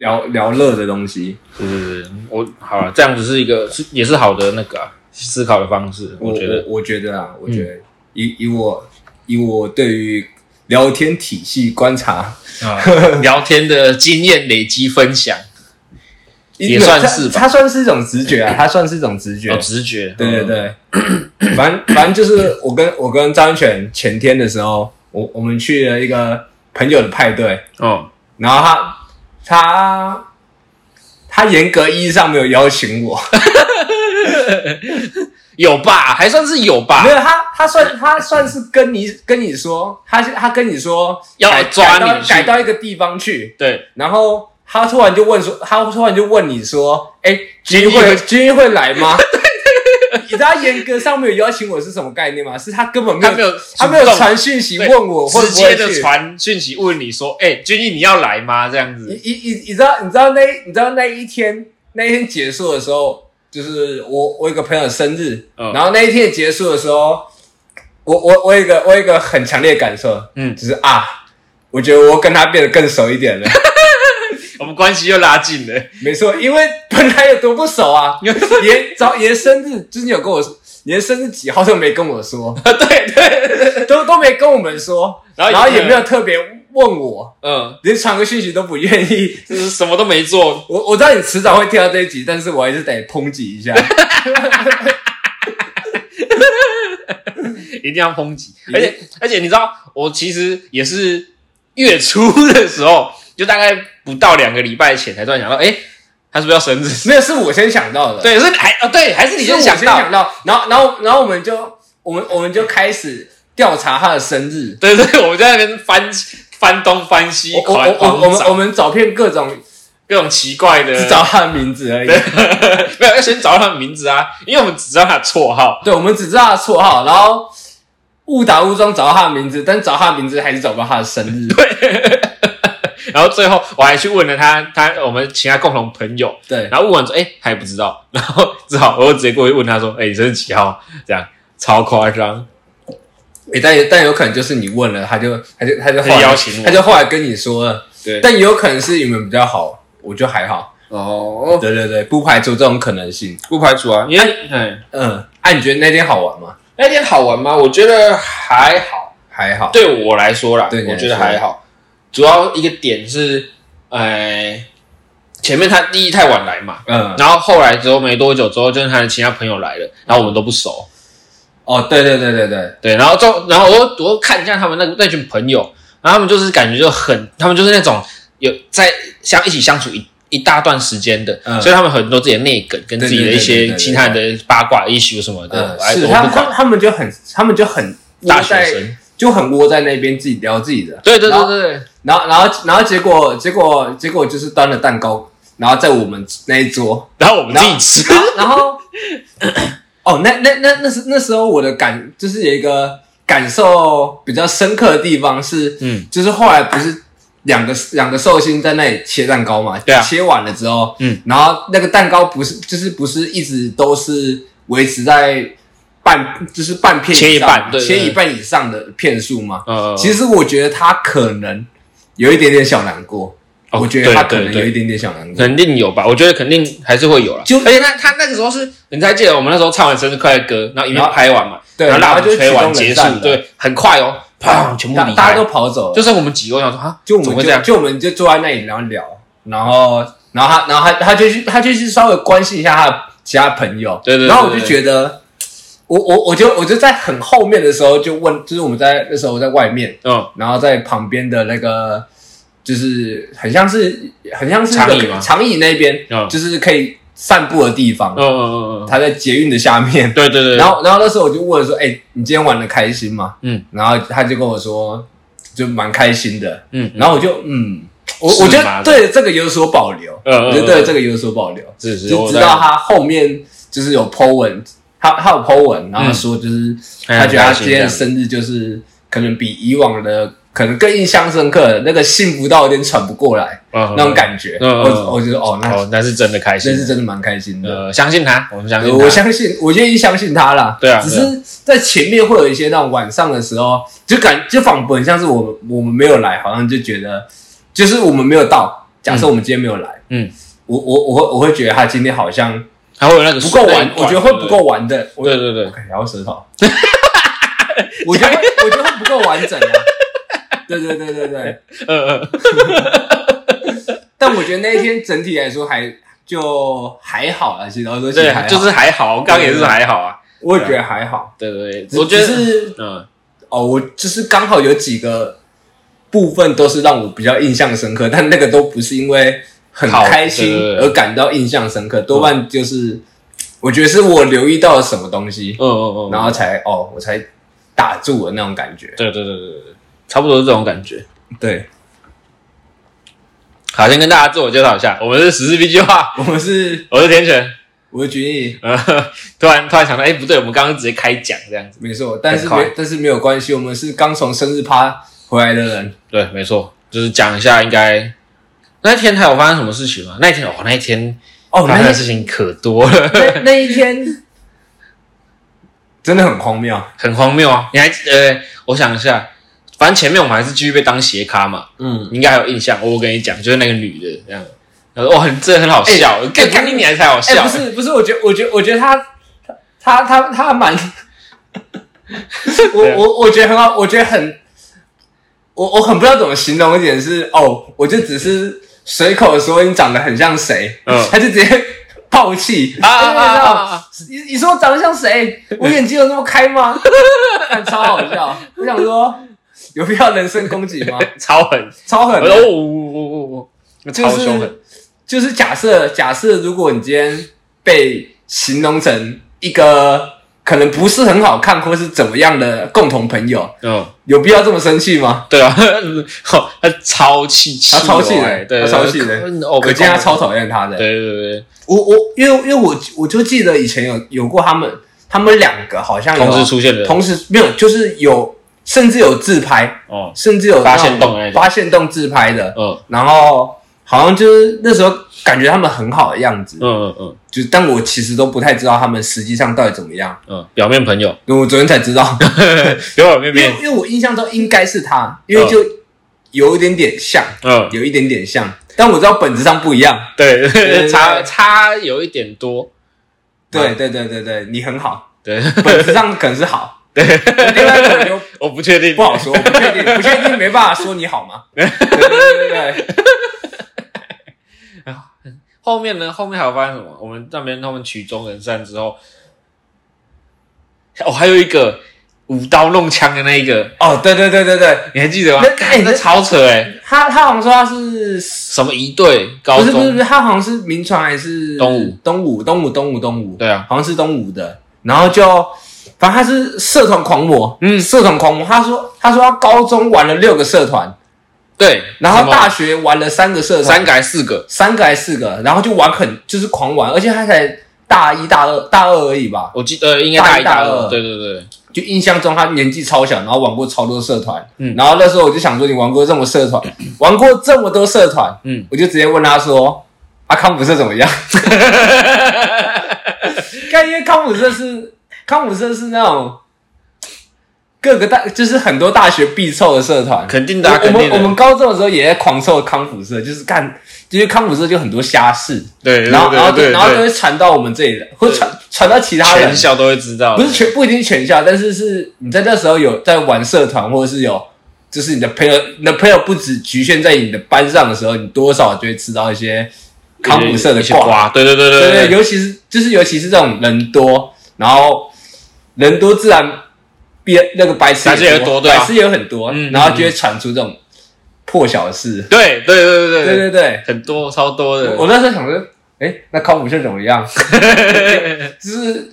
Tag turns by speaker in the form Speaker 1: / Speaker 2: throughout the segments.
Speaker 1: 聊聊乐的东西。
Speaker 2: 对对对，我好了，这样子是一个是也是好的那个、啊、思考的方式，
Speaker 1: 我
Speaker 2: 我觉得嗯
Speaker 1: 我觉得啊，我觉得、以以我以我对于聊天体系观察，
Speaker 2: 啊， 聊天的经验累积分享，也算是吧哦
Speaker 1: 它它算是一种直觉啊，它算是一种直觉。
Speaker 2: 有直觉，
Speaker 1: 对对对，
Speaker 2: 嗯
Speaker 1: 反正反正就是我跟我跟张全前天的时候，我我们去了一个朋友的派对，
Speaker 2: 嗯，哦，
Speaker 1: 然后他他他严格意义上没有邀请我，
Speaker 2: 有吧，还算是有吧
Speaker 1: 没，有他他算他算是跟你跟你说，他是他跟你说
Speaker 2: 要
Speaker 1: 改
Speaker 2: 抓
Speaker 1: 改
Speaker 2: 你
Speaker 1: 到
Speaker 2: 去
Speaker 1: 改到一个地方去，
Speaker 2: 对，
Speaker 1: 然后。他突然就问说，他突然就问你说，哎、君
Speaker 2: 君毅
Speaker 1: 会
Speaker 2: 会
Speaker 1: 君毅会来 吗？你知道严格上没有邀请我是什么概念吗？是他根本没
Speaker 2: 他
Speaker 1: 有
Speaker 2: 没有
Speaker 1: 他没有
Speaker 2: 主动
Speaker 1: 传讯息
Speaker 2: 对
Speaker 1: 问我会
Speaker 2: 直
Speaker 1: 不会
Speaker 2: 接
Speaker 1: 去
Speaker 2: 的传讯息问你说，哎、君毅你要来吗？这样
Speaker 1: 你
Speaker 2: 子，
Speaker 1: 你你你知道你知道那你知道那一天那一天结束的时候，就是我我有一个朋友生日，
Speaker 2: 嗯
Speaker 1: 然后那一天结束的时候，我我我有一个我有一个很强烈的感受，
Speaker 2: 嗯，
Speaker 1: 就是啊，我觉得我跟他变得更熟一点了。
Speaker 2: 我们关系又拉近了，
Speaker 1: 没错，因为本来有多不熟啊，爷早爷生日就是你有跟我说，爷生日几号都没跟我说，
Speaker 2: 对对，
Speaker 1: 都都没跟我们说，
Speaker 2: 然后
Speaker 1: 然后也
Speaker 2: 也没有
Speaker 1: 没有特别问我，
Speaker 2: 嗯，
Speaker 1: 连传个讯息都不愿意。
Speaker 2: 就是什么都没做，
Speaker 1: 我我知道你迟早会听到这一集，但是我还是得抨击一下。
Speaker 2: 一定要抨击，
Speaker 1: 嗯
Speaker 2: 而且而且你知道，我其实也是月初 的时候，就大概不到两个礼拜前才突然想到，哎、他是不是要生日？
Speaker 1: 没有，是我先想到的。，
Speaker 2: 对，是你还啊，对，还是你
Speaker 1: 是我先
Speaker 2: 先想到
Speaker 1: 想，到，然后然后然后我们就我们我们就开始调查他的生日。
Speaker 2: 对对，我们在那边翻翻东翻西，
Speaker 1: 我我
Speaker 2: 狂
Speaker 1: 我我我
Speaker 2: 狂
Speaker 1: 们我
Speaker 2: 找
Speaker 1: 们找遍各种，
Speaker 2: 各种奇怪的，
Speaker 1: 只找他的名字而已。
Speaker 2: 没有要先找到他的名字啊，因为我们只知道他的绰号，
Speaker 1: 对，我们只知道他的绰号，然后误打误撞找到他的名字，但找他的名字还是找不到他的生日。对
Speaker 2: 然后最后我还去问了他，他我们其他共同朋友，
Speaker 1: 对
Speaker 2: 然后问完之后，哎、他也不知道， 然后只好我就直接过去问他说，哎、你生日几号？这样超夸张，
Speaker 1: 诶但也但有可能就是你问了，他就他就他就后
Speaker 2: 他
Speaker 1: 来
Speaker 2: 邀请我
Speaker 1: 他就后来跟你说了，
Speaker 2: 对
Speaker 1: 但也有可能是你们比较好，我觉得还好。
Speaker 2: 哦，
Speaker 1: 对对对，不排除这种可能性。
Speaker 2: 不排除啊，因为哎
Speaker 1: 嗯，啊，你觉得那天好玩吗？
Speaker 2: 那天好玩吗？我觉得还好。
Speaker 1: 还好。
Speaker 2: 对我来说啦，
Speaker 1: 对你来
Speaker 2: 我
Speaker 1: 说
Speaker 2: 觉得还好。主要一个点是，哎，前面他第一太晚来嘛，
Speaker 1: 嗯，
Speaker 2: 然后后来之后没多久之后，就是他的其他朋友来了，然后我们都不熟，
Speaker 1: 哦，对对对对对，
Speaker 2: 对，然后就然后我又我又看一下他们那那群朋友，然后他们就是感觉就很，他们就是那种有在相一起相处一。一大段时间的，
Speaker 1: 嗯
Speaker 2: 所以他们很多自己的内梗跟
Speaker 1: 对
Speaker 2: 自己的
Speaker 1: 对对对
Speaker 2: 一
Speaker 1: 对
Speaker 2: 些
Speaker 1: 对
Speaker 2: 其他的八卦 issue 什么的
Speaker 1: 嗯，，
Speaker 2: 哎
Speaker 1: 是
Speaker 2: 我
Speaker 1: 他
Speaker 2: 不
Speaker 1: 们他
Speaker 2: 管。
Speaker 1: 们他们就很他们就很
Speaker 2: 大
Speaker 1: 窝在
Speaker 2: 学生
Speaker 1: 就很窝在那边自己聊自己的，
Speaker 2: 对对
Speaker 1: 然
Speaker 2: 对
Speaker 1: 后
Speaker 2: 对对，
Speaker 1: 然后然后然后结果结果结果就是端了蛋糕，然后在我们那一桌，
Speaker 2: 然后我们自己吃，
Speaker 1: 然后然后 哦，那那那那时那时候我的感就是有一个感受比较深刻的地方是，
Speaker 2: 嗯，
Speaker 1: 就是后来不是两个两个寿星在那里切蛋糕嘛？
Speaker 2: 对啊
Speaker 1: 切完了之后，
Speaker 2: 嗯，
Speaker 1: 然后那个蛋糕不是就是不是一直都是维持在半就是半片以上
Speaker 2: 切一半对对对
Speaker 1: 切一半以上的片数嘛？
Speaker 2: 呃，
Speaker 1: 其实我觉得他可能有一点点小难过，
Speaker 2: 哦
Speaker 1: 我觉得他
Speaker 2: 对
Speaker 1: 可
Speaker 2: 对
Speaker 1: 能
Speaker 2: 对
Speaker 1: 有一点点小难过。
Speaker 2: 肯定有吧？我觉得肯定还是会有啦。
Speaker 1: 就
Speaker 2: 而且他他那个时候是，你还记得我们那时候唱完生日快乐歌，然后一
Speaker 1: 然
Speaker 2: 面
Speaker 1: 后
Speaker 2: 拍完嘛，
Speaker 1: 对
Speaker 2: 然后
Speaker 1: 然后
Speaker 2: 蜡
Speaker 1: 就
Speaker 2: 烛
Speaker 1: 是
Speaker 2: 吹完
Speaker 1: 启动冷
Speaker 2: 结束
Speaker 1: 战了，
Speaker 2: 对，很快哦，砰，全部
Speaker 1: 大
Speaker 2: 离
Speaker 1: 大家
Speaker 2: 开
Speaker 1: 都，跑走了，
Speaker 2: 就剩我们几个，我想说啊，
Speaker 1: 就我
Speaker 2: 怎
Speaker 1: 们
Speaker 2: 么会这
Speaker 1: 就
Speaker 2: 样？
Speaker 1: 就我们就坐在那里然后聊，然后然后他然后他他就去他就去稍微关心一下他的其他朋友，
Speaker 2: 对对对
Speaker 1: 然后我就觉得，我我我就我就在很后面的时候就问，就是我们在那时候在外面，
Speaker 2: 嗯，
Speaker 1: 然后在旁边的那个就是很像是很像是
Speaker 2: 长椅
Speaker 1: 那个
Speaker 2: 吗
Speaker 1: 长椅那边、
Speaker 2: 嗯
Speaker 1: 就是可以散步的地方，
Speaker 2: 嗯嗯嗯嗯嗯，
Speaker 1: 他在捷运的下面，
Speaker 2: 对对对，
Speaker 1: 然后，然后那时候我就问说：“哎、你今天玩的开心吗？”
Speaker 2: 嗯，
Speaker 1: 然后他就跟我说，就蛮开心的。
Speaker 2: 嗯
Speaker 1: 然后我就嗯，我
Speaker 2: 是
Speaker 1: 我就
Speaker 2: 吗
Speaker 1: 对这个有所保留，
Speaker 2: 嗯嗯
Speaker 1: 我就对
Speaker 2: 嗯
Speaker 1: 这个有所保留，
Speaker 2: 是是，
Speaker 1: 就
Speaker 2: 我
Speaker 1: 直到他后面就是有 po 文，他他有 po 文，然后他说就是、
Speaker 2: 嗯
Speaker 1: 他觉得他
Speaker 2: 很开心
Speaker 1: 今天的生日就是可能比以往的可能更印象深刻，那个幸福到有点喘不过来、那种
Speaker 2: 觉。
Speaker 1: 感觉。
Speaker 2: 嗯嗯嗯
Speaker 1: 我我觉得哦，那
Speaker 2: 哦，那是真的开心
Speaker 1: 真，是真的蛮开心的。
Speaker 2: 呃，相信他，我们相
Speaker 1: 呃
Speaker 2: 信
Speaker 1: 我
Speaker 2: 他，
Speaker 1: 相信，我愿意相信他啦。
Speaker 2: 对啊
Speaker 1: 只
Speaker 2: 对啊
Speaker 1: 是在前面会有一些那种晚上的时候，就感就仿佛很像是我们我们没有来，好像就觉得就是我们没有到，假设我们今天没有来，
Speaker 2: 嗯，
Speaker 1: 我我我会我会觉得他今天好像
Speaker 2: 还会有那个
Speaker 1: 不够玩，
Speaker 2: 那一段
Speaker 1: 我觉得会不够。完的。我
Speaker 2: 对对对，
Speaker 1: 我咬舌 头，我觉得会我觉得会不够完整啊。对对对对对，
Speaker 2: 对呃呃，
Speaker 1: 但我觉得那一天整体来说还就还好啦，其实我说其实还
Speaker 2: 对，
Speaker 1: 好
Speaker 2: 就是还好，刚刚也是还好啊。
Speaker 1: 我也觉得还好。
Speaker 2: 对对
Speaker 1: 只
Speaker 2: 对，我觉得
Speaker 1: 只是
Speaker 2: 嗯，
Speaker 1: 哦，我就是刚好有几个部分都是让我比较印象深刻，但那个都不是因为很
Speaker 2: 好
Speaker 1: 开心
Speaker 2: 对对对
Speaker 1: 而感到印象深刻，多半就是我觉得是我留意到了什么东西，
Speaker 2: 嗯嗯嗯，
Speaker 1: 然后才哦，我才打住了那种感觉。
Speaker 2: 对对对对对对，差不多是这种感觉。
Speaker 1: 对，
Speaker 2: 好，先跟大家自我介绍一下，我们是十四 B 计划，
Speaker 1: 我们是
Speaker 2: 我是田泉。
Speaker 1: 我是决议，
Speaker 2: 呃，突然突然想到，哎、不对，我们刚刚直接开讲这样子。
Speaker 1: 没错，但是
Speaker 2: 很快
Speaker 1: 没但是没有关系，我们是刚从生日趴回来的人。
Speaker 2: 对，没错，就是讲一下应该。那一天还有发生什么事情吗？那一天哦，那一天
Speaker 1: 哦，那
Speaker 2: 发生的
Speaker 1: 一
Speaker 2: 事情可多 了，
Speaker 1: 那那一天真的很荒谬。
Speaker 2: 很荒谬啊！你还呃，我想一下，反正前面我们还是继续被当斜咖嘛，
Speaker 1: 嗯，
Speaker 2: 你应该还有印象。我跟你讲，就是那个女的这样，然后哦，很这很好笑，
Speaker 1: 哎
Speaker 2: 干
Speaker 1: 哎
Speaker 2: 干你娘才好
Speaker 1: 哎、
Speaker 2: 笑，
Speaker 1: 不是不是，我觉得我觉得我觉得他他他他蛮， 我
Speaker 2: 啊
Speaker 1: 我我觉得很好，我觉得很，我我很不知道怎么形容一点是哦，我就只是随口说你长得很像谁，
Speaker 2: 嗯
Speaker 1: 他就直接爆气哎
Speaker 2: 啊啊啊啊啊啊！
Speaker 1: 你你说我长得像 谁？我眼睛有那么开吗？看超好笑，我想说有必要人身攻击 吗？
Speaker 2: 超狠，
Speaker 1: 超狠
Speaker 2: 我
Speaker 1: 的
Speaker 2: 说哦哦哦哦，超凶狠，
Speaker 1: 就是假设，假设如果你今天被形容成一个可能不是很好看或是怎么样的共同朋友，
Speaker 2: 嗯。
Speaker 1: 有必要这么生气吗？
Speaker 2: 对啊， 哦他超气气我，
Speaker 1: 他超气
Speaker 2: 哎
Speaker 1: 的，
Speaker 2: 对，
Speaker 1: 他超气的
Speaker 2: 嗯哦，，
Speaker 1: 可见他超讨厌他的。
Speaker 2: 对对对对，
Speaker 1: 我我因为因为我我就记得以前有有过他们他们两个好像有
Speaker 2: 同时出现的，
Speaker 1: 同时没有，就是有甚至有自拍，
Speaker 2: 哦，
Speaker 1: 甚至有那
Speaker 2: 发
Speaker 1: 种
Speaker 2: 现洞的那种
Speaker 1: 发现洞自拍的，
Speaker 2: 嗯
Speaker 1: 然后好像就是那时候感觉他们很好的样子，
Speaker 2: 嗯嗯嗯
Speaker 1: 就但我其实都不太知道他们实际上到底怎么样，
Speaker 2: 嗯，表面朋友，
Speaker 1: 因为我昨天才知道，
Speaker 2: 表 面
Speaker 1: 因为 因
Speaker 2: 面，
Speaker 1: 为我印象中应该是他，因为就有一点点像，
Speaker 2: 嗯，
Speaker 1: 有一点点像，但我知道本质上不一样。
Speaker 2: 对，
Speaker 1: 对
Speaker 2: 差差有一点多，
Speaker 1: 对对对对对，你很好，
Speaker 2: 对，
Speaker 1: 本质上可能是好， 对，另外可能就
Speaker 2: 我不确定，
Speaker 1: 不好说，不确定，不确定，没办法说你好 嘛。对对对对对，
Speaker 2: 后面呢？后面还有发生什么？我们那边他们曲终人散之后，哦，还有一个舞刀弄枪的那一个，
Speaker 1: 哦，对对对对对，
Speaker 2: 你还记得吗？
Speaker 1: 那
Speaker 2: 干
Speaker 1: 哎
Speaker 2: 那
Speaker 1: 那
Speaker 2: 超扯哎，
Speaker 1: 他他好像说他是。
Speaker 2: 什么一队高
Speaker 1: 不是不是不
Speaker 2: 中，
Speaker 1: 是，他好像是名传还是
Speaker 2: 东吴
Speaker 1: 东吴东吴东吴东吴，
Speaker 2: 对啊，
Speaker 1: 好像是东吴的，然后就反正他是社团狂魔，
Speaker 2: 嗯
Speaker 1: 社团狂魔。他说他说他高中玩了六个社团，
Speaker 2: 对，
Speaker 1: 然后大
Speaker 2: 什
Speaker 1: 学玩了三个社
Speaker 2: 么
Speaker 1: 团，
Speaker 2: 三改四个，
Speaker 1: 三个还是四个，然后就玩很就是狂玩，而且他才大一大二大二而已吧，
Speaker 2: 我记得应该
Speaker 1: 大
Speaker 2: 大
Speaker 1: 一
Speaker 2: 一
Speaker 1: 大
Speaker 2: 大
Speaker 1: 二
Speaker 2: 二，对对对，
Speaker 1: 就印象中他年纪超小，然后玩过超多社团，
Speaker 2: 嗯
Speaker 1: 然后那时候我就想说你玩过这么社 团，玩过这么多社团，
Speaker 2: 嗯，
Speaker 1: 我就直接问他说。啊，康普社怎么 样？看，因为康普社是康普社是那种各个大，就是很多大学必凑的社团。
Speaker 2: 肯定的啊，
Speaker 1: 我
Speaker 2: 肯
Speaker 1: 们
Speaker 2: 定
Speaker 1: 我
Speaker 2: 的
Speaker 1: 们，高中的时候也在狂凑康普社，就是干，就是康普社就很多瞎事，
Speaker 2: 对，对
Speaker 1: 然后
Speaker 2: 对
Speaker 1: 然后就
Speaker 2: 对
Speaker 1: 然后就
Speaker 2: 对
Speaker 1: 会传到我们这里来，或传传到其他人
Speaker 2: 全，校都会知道，
Speaker 1: 不是全不一定全校，但是是你在那时候有在玩社团，或者是有就是你的朋友，你的朋友不只局限在你的班上的时候，你多少就会吃到一些康普社的
Speaker 2: 一些
Speaker 1: 挂，
Speaker 2: 瓜，对对对
Speaker 1: 对
Speaker 2: 对
Speaker 1: 对，，尤其是就是尤其是这种人多，然后人多自然别那个白痴
Speaker 2: 白痴也多对啊
Speaker 1: 白痴也有很多，
Speaker 2: 嗯
Speaker 1: 然后就会传出这种破小事，
Speaker 2: 对对对对
Speaker 1: 对对对，
Speaker 2: 很多超多的，
Speaker 1: 我我那时候想说，哎、那康普社怎么样？ 就是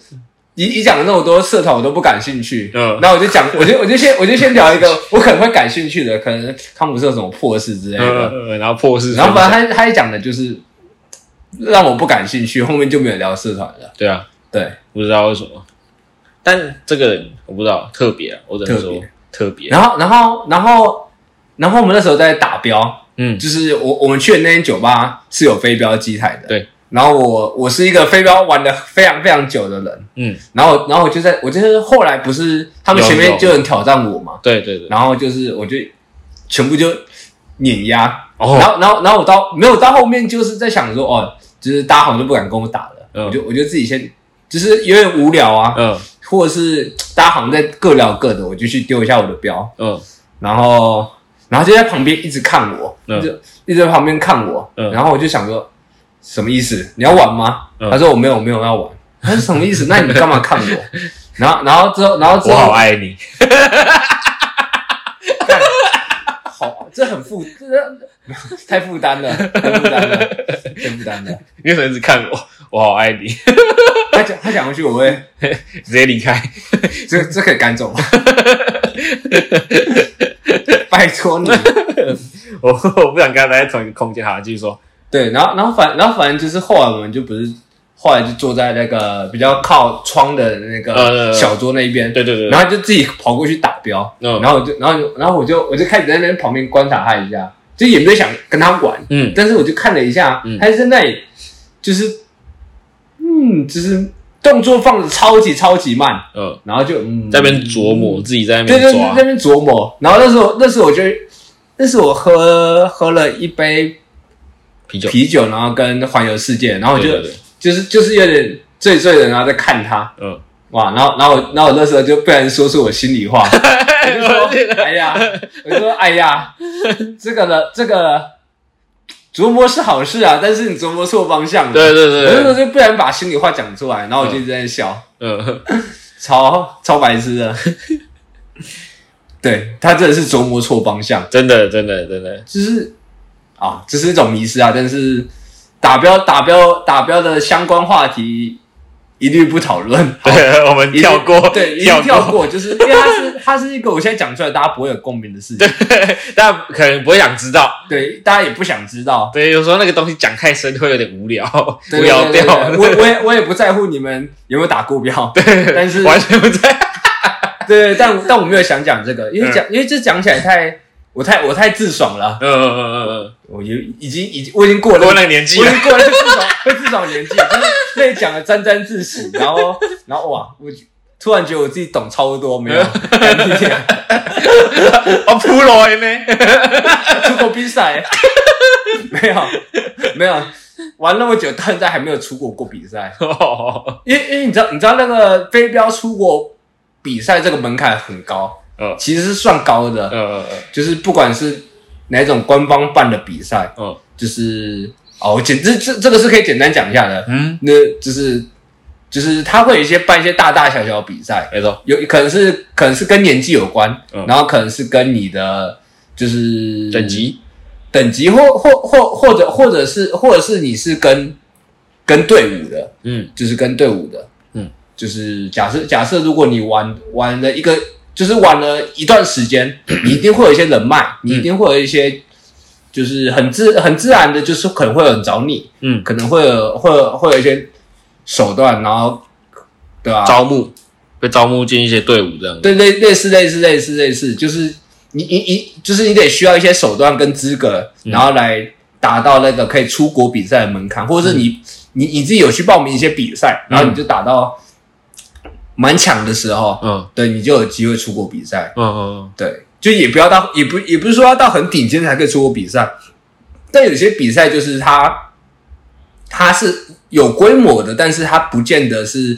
Speaker 1: 你你讲了那么多社团，我都不感兴趣。
Speaker 2: 嗯
Speaker 1: 然后我就讲，我就我就先我就先聊一个我可能会感兴趣的，可能康普社有什么破事之类的。
Speaker 2: 嗯，嗯然后破事，
Speaker 1: 然后反正他他也讲的就是让我不感兴趣，后面就没有聊社团了。
Speaker 2: 对啊，
Speaker 1: 对，
Speaker 2: 不知道为什么，但这个人我不知道特别啊，我只能说特别，
Speaker 1: 然后然后然后然后我们那时候在打标，
Speaker 2: 嗯，
Speaker 1: 就是我我们去的那间酒吧是有飞镖机台的。
Speaker 2: 对。
Speaker 1: 然后我我是一个飞镖玩的非常非常久的人，
Speaker 2: 嗯，
Speaker 1: 然后然后我就在我就是后来不是他们前
Speaker 2: 有
Speaker 1: 面
Speaker 2: 有
Speaker 1: 就有人挑战我嘛，
Speaker 2: 对对对，
Speaker 1: 然后就是我就全部就碾压。
Speaker 2: 哦
Speaker 1: 然后然后然后我到没有到后面就是在想说，哦，就是大家好像都不敢跟我打了，
Speaker 2: 嗯
Speaker 1: 我就我就自己先，就是有点无聊啊，
Speaker 2: 嗯
Speaker 1: 或者是大家好像在各聊各的，我就去丢一下我的标，
Speaker 2: 嗯
Speaker 1: 然后然后就在旁边一直看我，
Speaker 2: 嗯
Speaker 1: 一直一直在旁边看我，
Speaker 2: 嗯
Speaker 1: 然后我就想说什么意思？你要玩吗？
Speaker 2: 嗯
Speaker 1: 他说我没有没有要玩，他说什么意思？那你干嘛看我？然后然后之后然后之
Speaker 2: 我
Speaker 1: 后
Speaker 2: 好爱你。
Speaker 1: 好，这很负，这这太负担了，太负担了，太负担了。
Speaker 2: 你为什么一直看我？我好爱你，
Speaker 1: 他讲他讲回去，我会
Speaker 2: 直接离开。
Speaker 1: 这这可以赶走吗？ 拜托你。
Speaker 2: 我我不想跟他待在同一个空间。好，继续说。
Speaker 1: 对，然后然后反然后反正就是后来我们就不是后来就坐在那个比较靠窗的那
Speaker 2: 呃
Speaker 1: 个小桌那一边，
Speaker 2: 对对对，
Speaker 1: 然后就自己跑过去打标，
Speaker 2: 嗯
Speaker 1: 然后我就然后然后我就我就开始在那边旁边观察他一下，就也没有想跟他玩，
Speaker 2: 嗯
Speaker 1: 但是我就看了一下，
Speaker 2: 嗯
Speaker 1: 他在那里就是，嗯，就是动作放的超级超级慢，
Speaker 2: 嗯，
Speaker 1: 然后就嗯
Speaker 2: 在那边琢磨，自己在那
Speaker 1: 对
Speaker 2: 边
Speaker 1: 对，在
Speaker 2: 抓
Speaker 1: 那。边琢磨。然后那时候那时候我就那时候我喝喝了一杯
Speaker 2: 啤酒，
Speaker 1: 啤酒，然后跟环游世界，然后我就
Speaker 2: 对对对
Speaker 1: 就是就是有点醉醉的，然后在看他。
Speaker 2: 嗯，
Speaker 1: 哇，然后，然后我，然后我那时候就不然说出我心里 话，我就说，哎呀，我就说，哎呀，这个呢，这个琢磨是好事啊，但是你琢磨错方向了。
Speaker 2: 对对
Speaker 1: 我那
Speaker 2: 对
Speaker 1: 时候
Speaker 2: 对，
Speaker 1: 就不然把心里话讲出来，然后我就一直在笑，
Speaker 2: 嗯，
Speaker 1: 超超白痴的。 对他真的是琢磨错方向，
Speaker 2: 真的真的真的，
Speaker 1: 就是啊，这是一种迷失啊。但是打标打标打标的相关话题一律不讨论，好
Speaker 2: 对，我们
Speaker 1: 一律
Speaker 2: 跳过，
Speaker 1: 对，一律
Speaker 2: 跳
Speaker 1: 跳。 过，就是因为它是它是一个我现在讲出来大家不会有共鸣的事情，
Speaker 2: 大家可能不会想知道，
Speaker 1: 对，大家也不想知道，
Speaker 2: 对，有时候那个东西讲太深会有点无聊，
Speaker 1: 对对
Speaker 2: 无聊
Speaker 1: 对对
Speaker 2: 掉，
Speaker 1: 对我我也我也不在乎你们有没有打过标，对，但是
Speaker 2: 完全不在。
Speaker 1: 对，但但我没有想讲这个，因为讲、因为这讲起来太我太我太自爽了，
Speaker 2: 嗯嗯
Speaker 1: 呃
Speaker 2: 嗯嗯
Speaker 1: 我已经已经已经我已经过了
Speaker 2: 嗯，过那个年纪
Speaker 1: 我已
Speaker 2: 了，
Speaker 1: 经过了至少会至少年纪，就是被讲的沾沾自喜，然 后然后哇，我突然觉得我自己懂超多，没有，干你娘
Speaker 2: 哦，普罗呢？
Speaker 1: 出国比赛 没有没有玩那么久，到现在还没有出国过比赛，
Speaker 2: 哦，
Speaker 1: 因为因为你知道你知道那个飞镖出国比赛这个门槛很高，
Speaker 2: 嗯
Speaker 1: 其实是算高的，
Speaker 2: 嗯嗯
Speaker 1: 就是不管是哪种官方办的比赛，
Speaker 2: 嗯
Speaker 1: 就是哦，我简这这这个是可以简单讲一下的，
Speaker 2: 嗯，
Speaker 1: 那就是就是他会有一些办一些大大小小的比赛，
Speaker 2: 没错，
Speaker 1: 有可能是可能是跟年纪有关，
Speaker 2: 嗯
Speaker 1: 然后可能是跟你的就是
Speaker 2: 等级
Speaker 1: 等级或或或或者或者是或者是你是跟跟队伍的，
Speaker 2: 嗯
Speaker 1: 就是跟队伍的，
Speaker 2: 嗯，
Speaker 1: 就是假设假设如果你玩玩了一个，就是玩了一段时间，你一定会有一些人脉，你一定会有一些，就是很自很自然的，就是可能会有人找你，
Speaker 2: 嗯，
Speaker 1: 可能会有会有会有一些手段，然后对吧、
Speaker 2: 招募被招募进一些队伍这样子。
Speaker 1: 对类类似类似类似类似，就是你你你就是你得需要一些手段跟资格，然后来达到那个可以出国比赛的门槛，或者是你、你你自己有去报名一些比赛，然后你就打到蛮强的时候，
Speaker 2: 嗯
Speaker 1: 对你就有机会出国比赛。
Speaker 2: 嗯嗯
Speaker 1: 对，就也不要到也不也不是说要到很顶尖才可以出国比赛，但有些比赛就是它它是有规模的，但是它不见得是